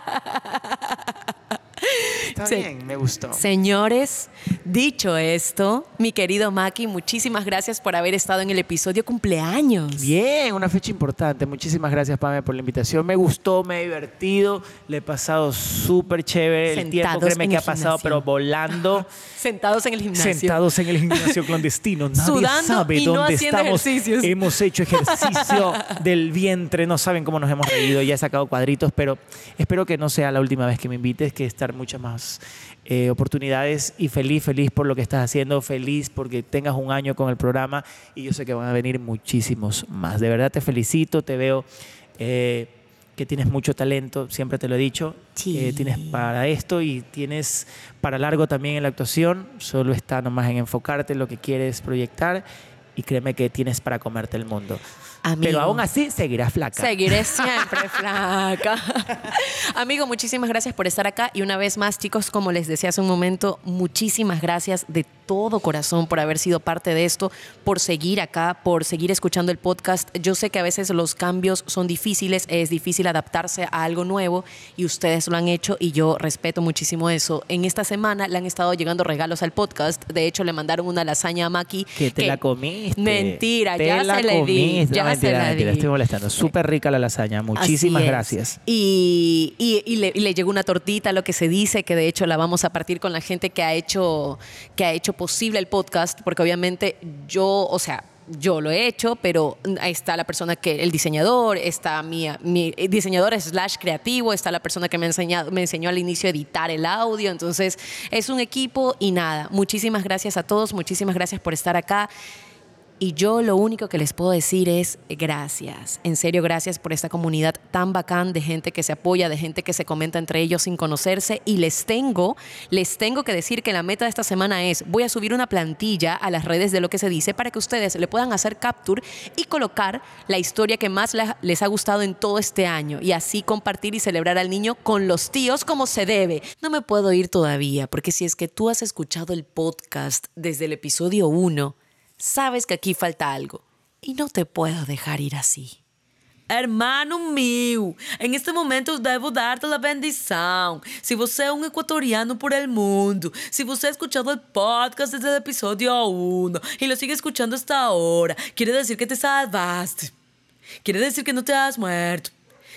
Está Sí. bien, me gustó. Señores, dicho esto, mi querido Maki, muchísimas gracias por haber estado en el episodio cumpleaños. Bien, una fecha importante. Muchísimas gracias, Pame, por la invitación. Me gustó, me he divertido. Le he pasado súper chévere el tiempo. Sentados Créeme en que el ha pasado, gimnasio. pero volando. Sentados en el gimnasio. Sentados en el gimnasio clandestino. Nadie Sudando sabe y no dónde haciendo estamos. ejercicios. Hemos hecho ejercicio del vientre. No saben cómo nos hemos reído. Ya he sacado cuadritos, pero espero que no sea la última vez que me invites, que estar muchas más eh, oportunidades. Y feliz, feliz por lo que estás haciendo. Feliz porque tengas un año con el programa. Y yo sé que van a venir muchísimos más. De verdad te felicito. Te veo. eh, que tienes mucho talento, siempre te lo he dicho, Sí. Eh, tienes para esto y tienes para largo también en la actuación. Solo está nomás en enfocarte en lo que quieres proyectar y créeme que tienes para comerte el mundo. Amigo. Pero aún así seguirás flaca. Seguiré siempre flaca. Amigo, muchísimas gracias por estar acá y una vez más, chicos, como les decía hace un momento, muchísimas gracias de todo corazón por haber sido parte de esto, por seguir acá, por seguir escuchando el podcast. Yo sé que a veces los cambios son difíciles, es difícil adaptarse a algo nuevo y ustedes lo han hecho y yo respeto muchísimo eso. En esta semana le han estado llegando regalos al podcast, de hecho le mandaron una lasaña a Maki Que te la comiste. Mentira, Te ya la se la di, comiste. ya No, mentira, se la mentira, di. Estoy molestando. Súper rica la lasaña. Así Muchísimas es. gracias. Y, y- y le, y le llegó una tortita, lo que se dice, que de hecho la vamos a partir con la gente que ha hecho, que ha hecho posible el podcast, porque obviamente yo, o sea, yo lo he hecho, pero ahí está la persona que, el diseñador, está mi, mi diseñador slash creativo, está la persona que me, ha enseñado, me enseñó al inicio a editar el audio, entonces es un equipo y nada, muchísimas gracias a todos, muchísimas gracias por estar acá. Y yo lo único que les puedo decir es gracias. En serio, gracias por esta comunidad tan bacán de gente que se apoya, de gente que se comenta entre ellos sin conocerse. Y les tengo, les tengo que decir que la meta de esta semana es, voy a subir una plantilla a las redes de lo que se dice para que ustedes le puedan hacer capture y colocar la historia que más la- les ha gustado en todo este año. Y así compartir y celebrar al niño con los tíos como se debe. No me puedo ir todavía, porque si es que tú has escuchado el podcast desde el episodio 1, Sabes que aquí falta algo y no te puedo dejar ir así. Hermano meu, em este momento devo dar-te a bendição. Se você é um equatoriano por el mundo, se você ha escuchado el podcast desde o episódio 1 e lo sigue escuchando hasta ahora, quiere decir que te salvaste. Quiere decir que no te has muerto.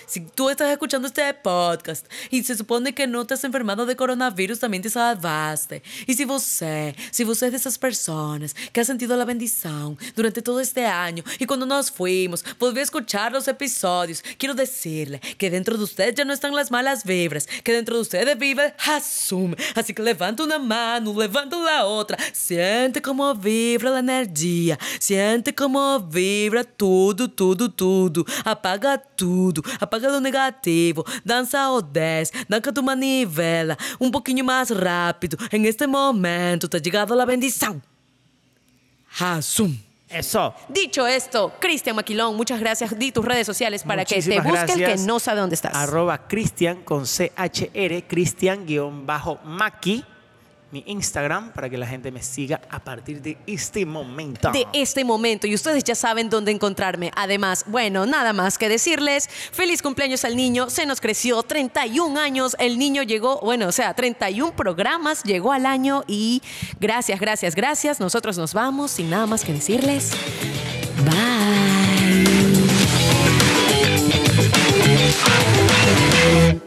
Si tú estás escuchando este podcast y se supone que no te has enfermado de coronavirus, también te salvaste. Y si você, si você es de esas personas que ha sentido la bendición durante todo este año y cuando nos fuimos, volvió a escuchar los episodios, quiero decirle que dentro de usted ya no están las malas vibras, que dentro de usted vive Hasum. Así que levanta una mano, levanta la otra, siente como vibra la energía, siente como vibra tudo, tudo, tudo. Apaga tudo, apaga o negativo, dança o 10, danca tu manivela, um pouquinho mais rápido. Em este momento, tá ligado a bendição. Hasum. Eso. Dicho esto, Cristian Maquilón, muchas gracias. Di tus redes sociales para que Muchísimas te busquen gracias. que no sabe dónde estás. Arroba Cristian con CHR, Cristian-Maki, mi Instagram, para que la gente me siga a partir de este momento. de este momento y ustedes ya saben dónde encontrarme. Además, bueno, nada más que decirles, feliz cumpleaños al niño, se nos creció 31 años, el niño llegó, bueno, o sea, 31 programas llegó al año y gracias, gracias, gracias. Nosotros nos vamos sin nada más que decirles. Bye.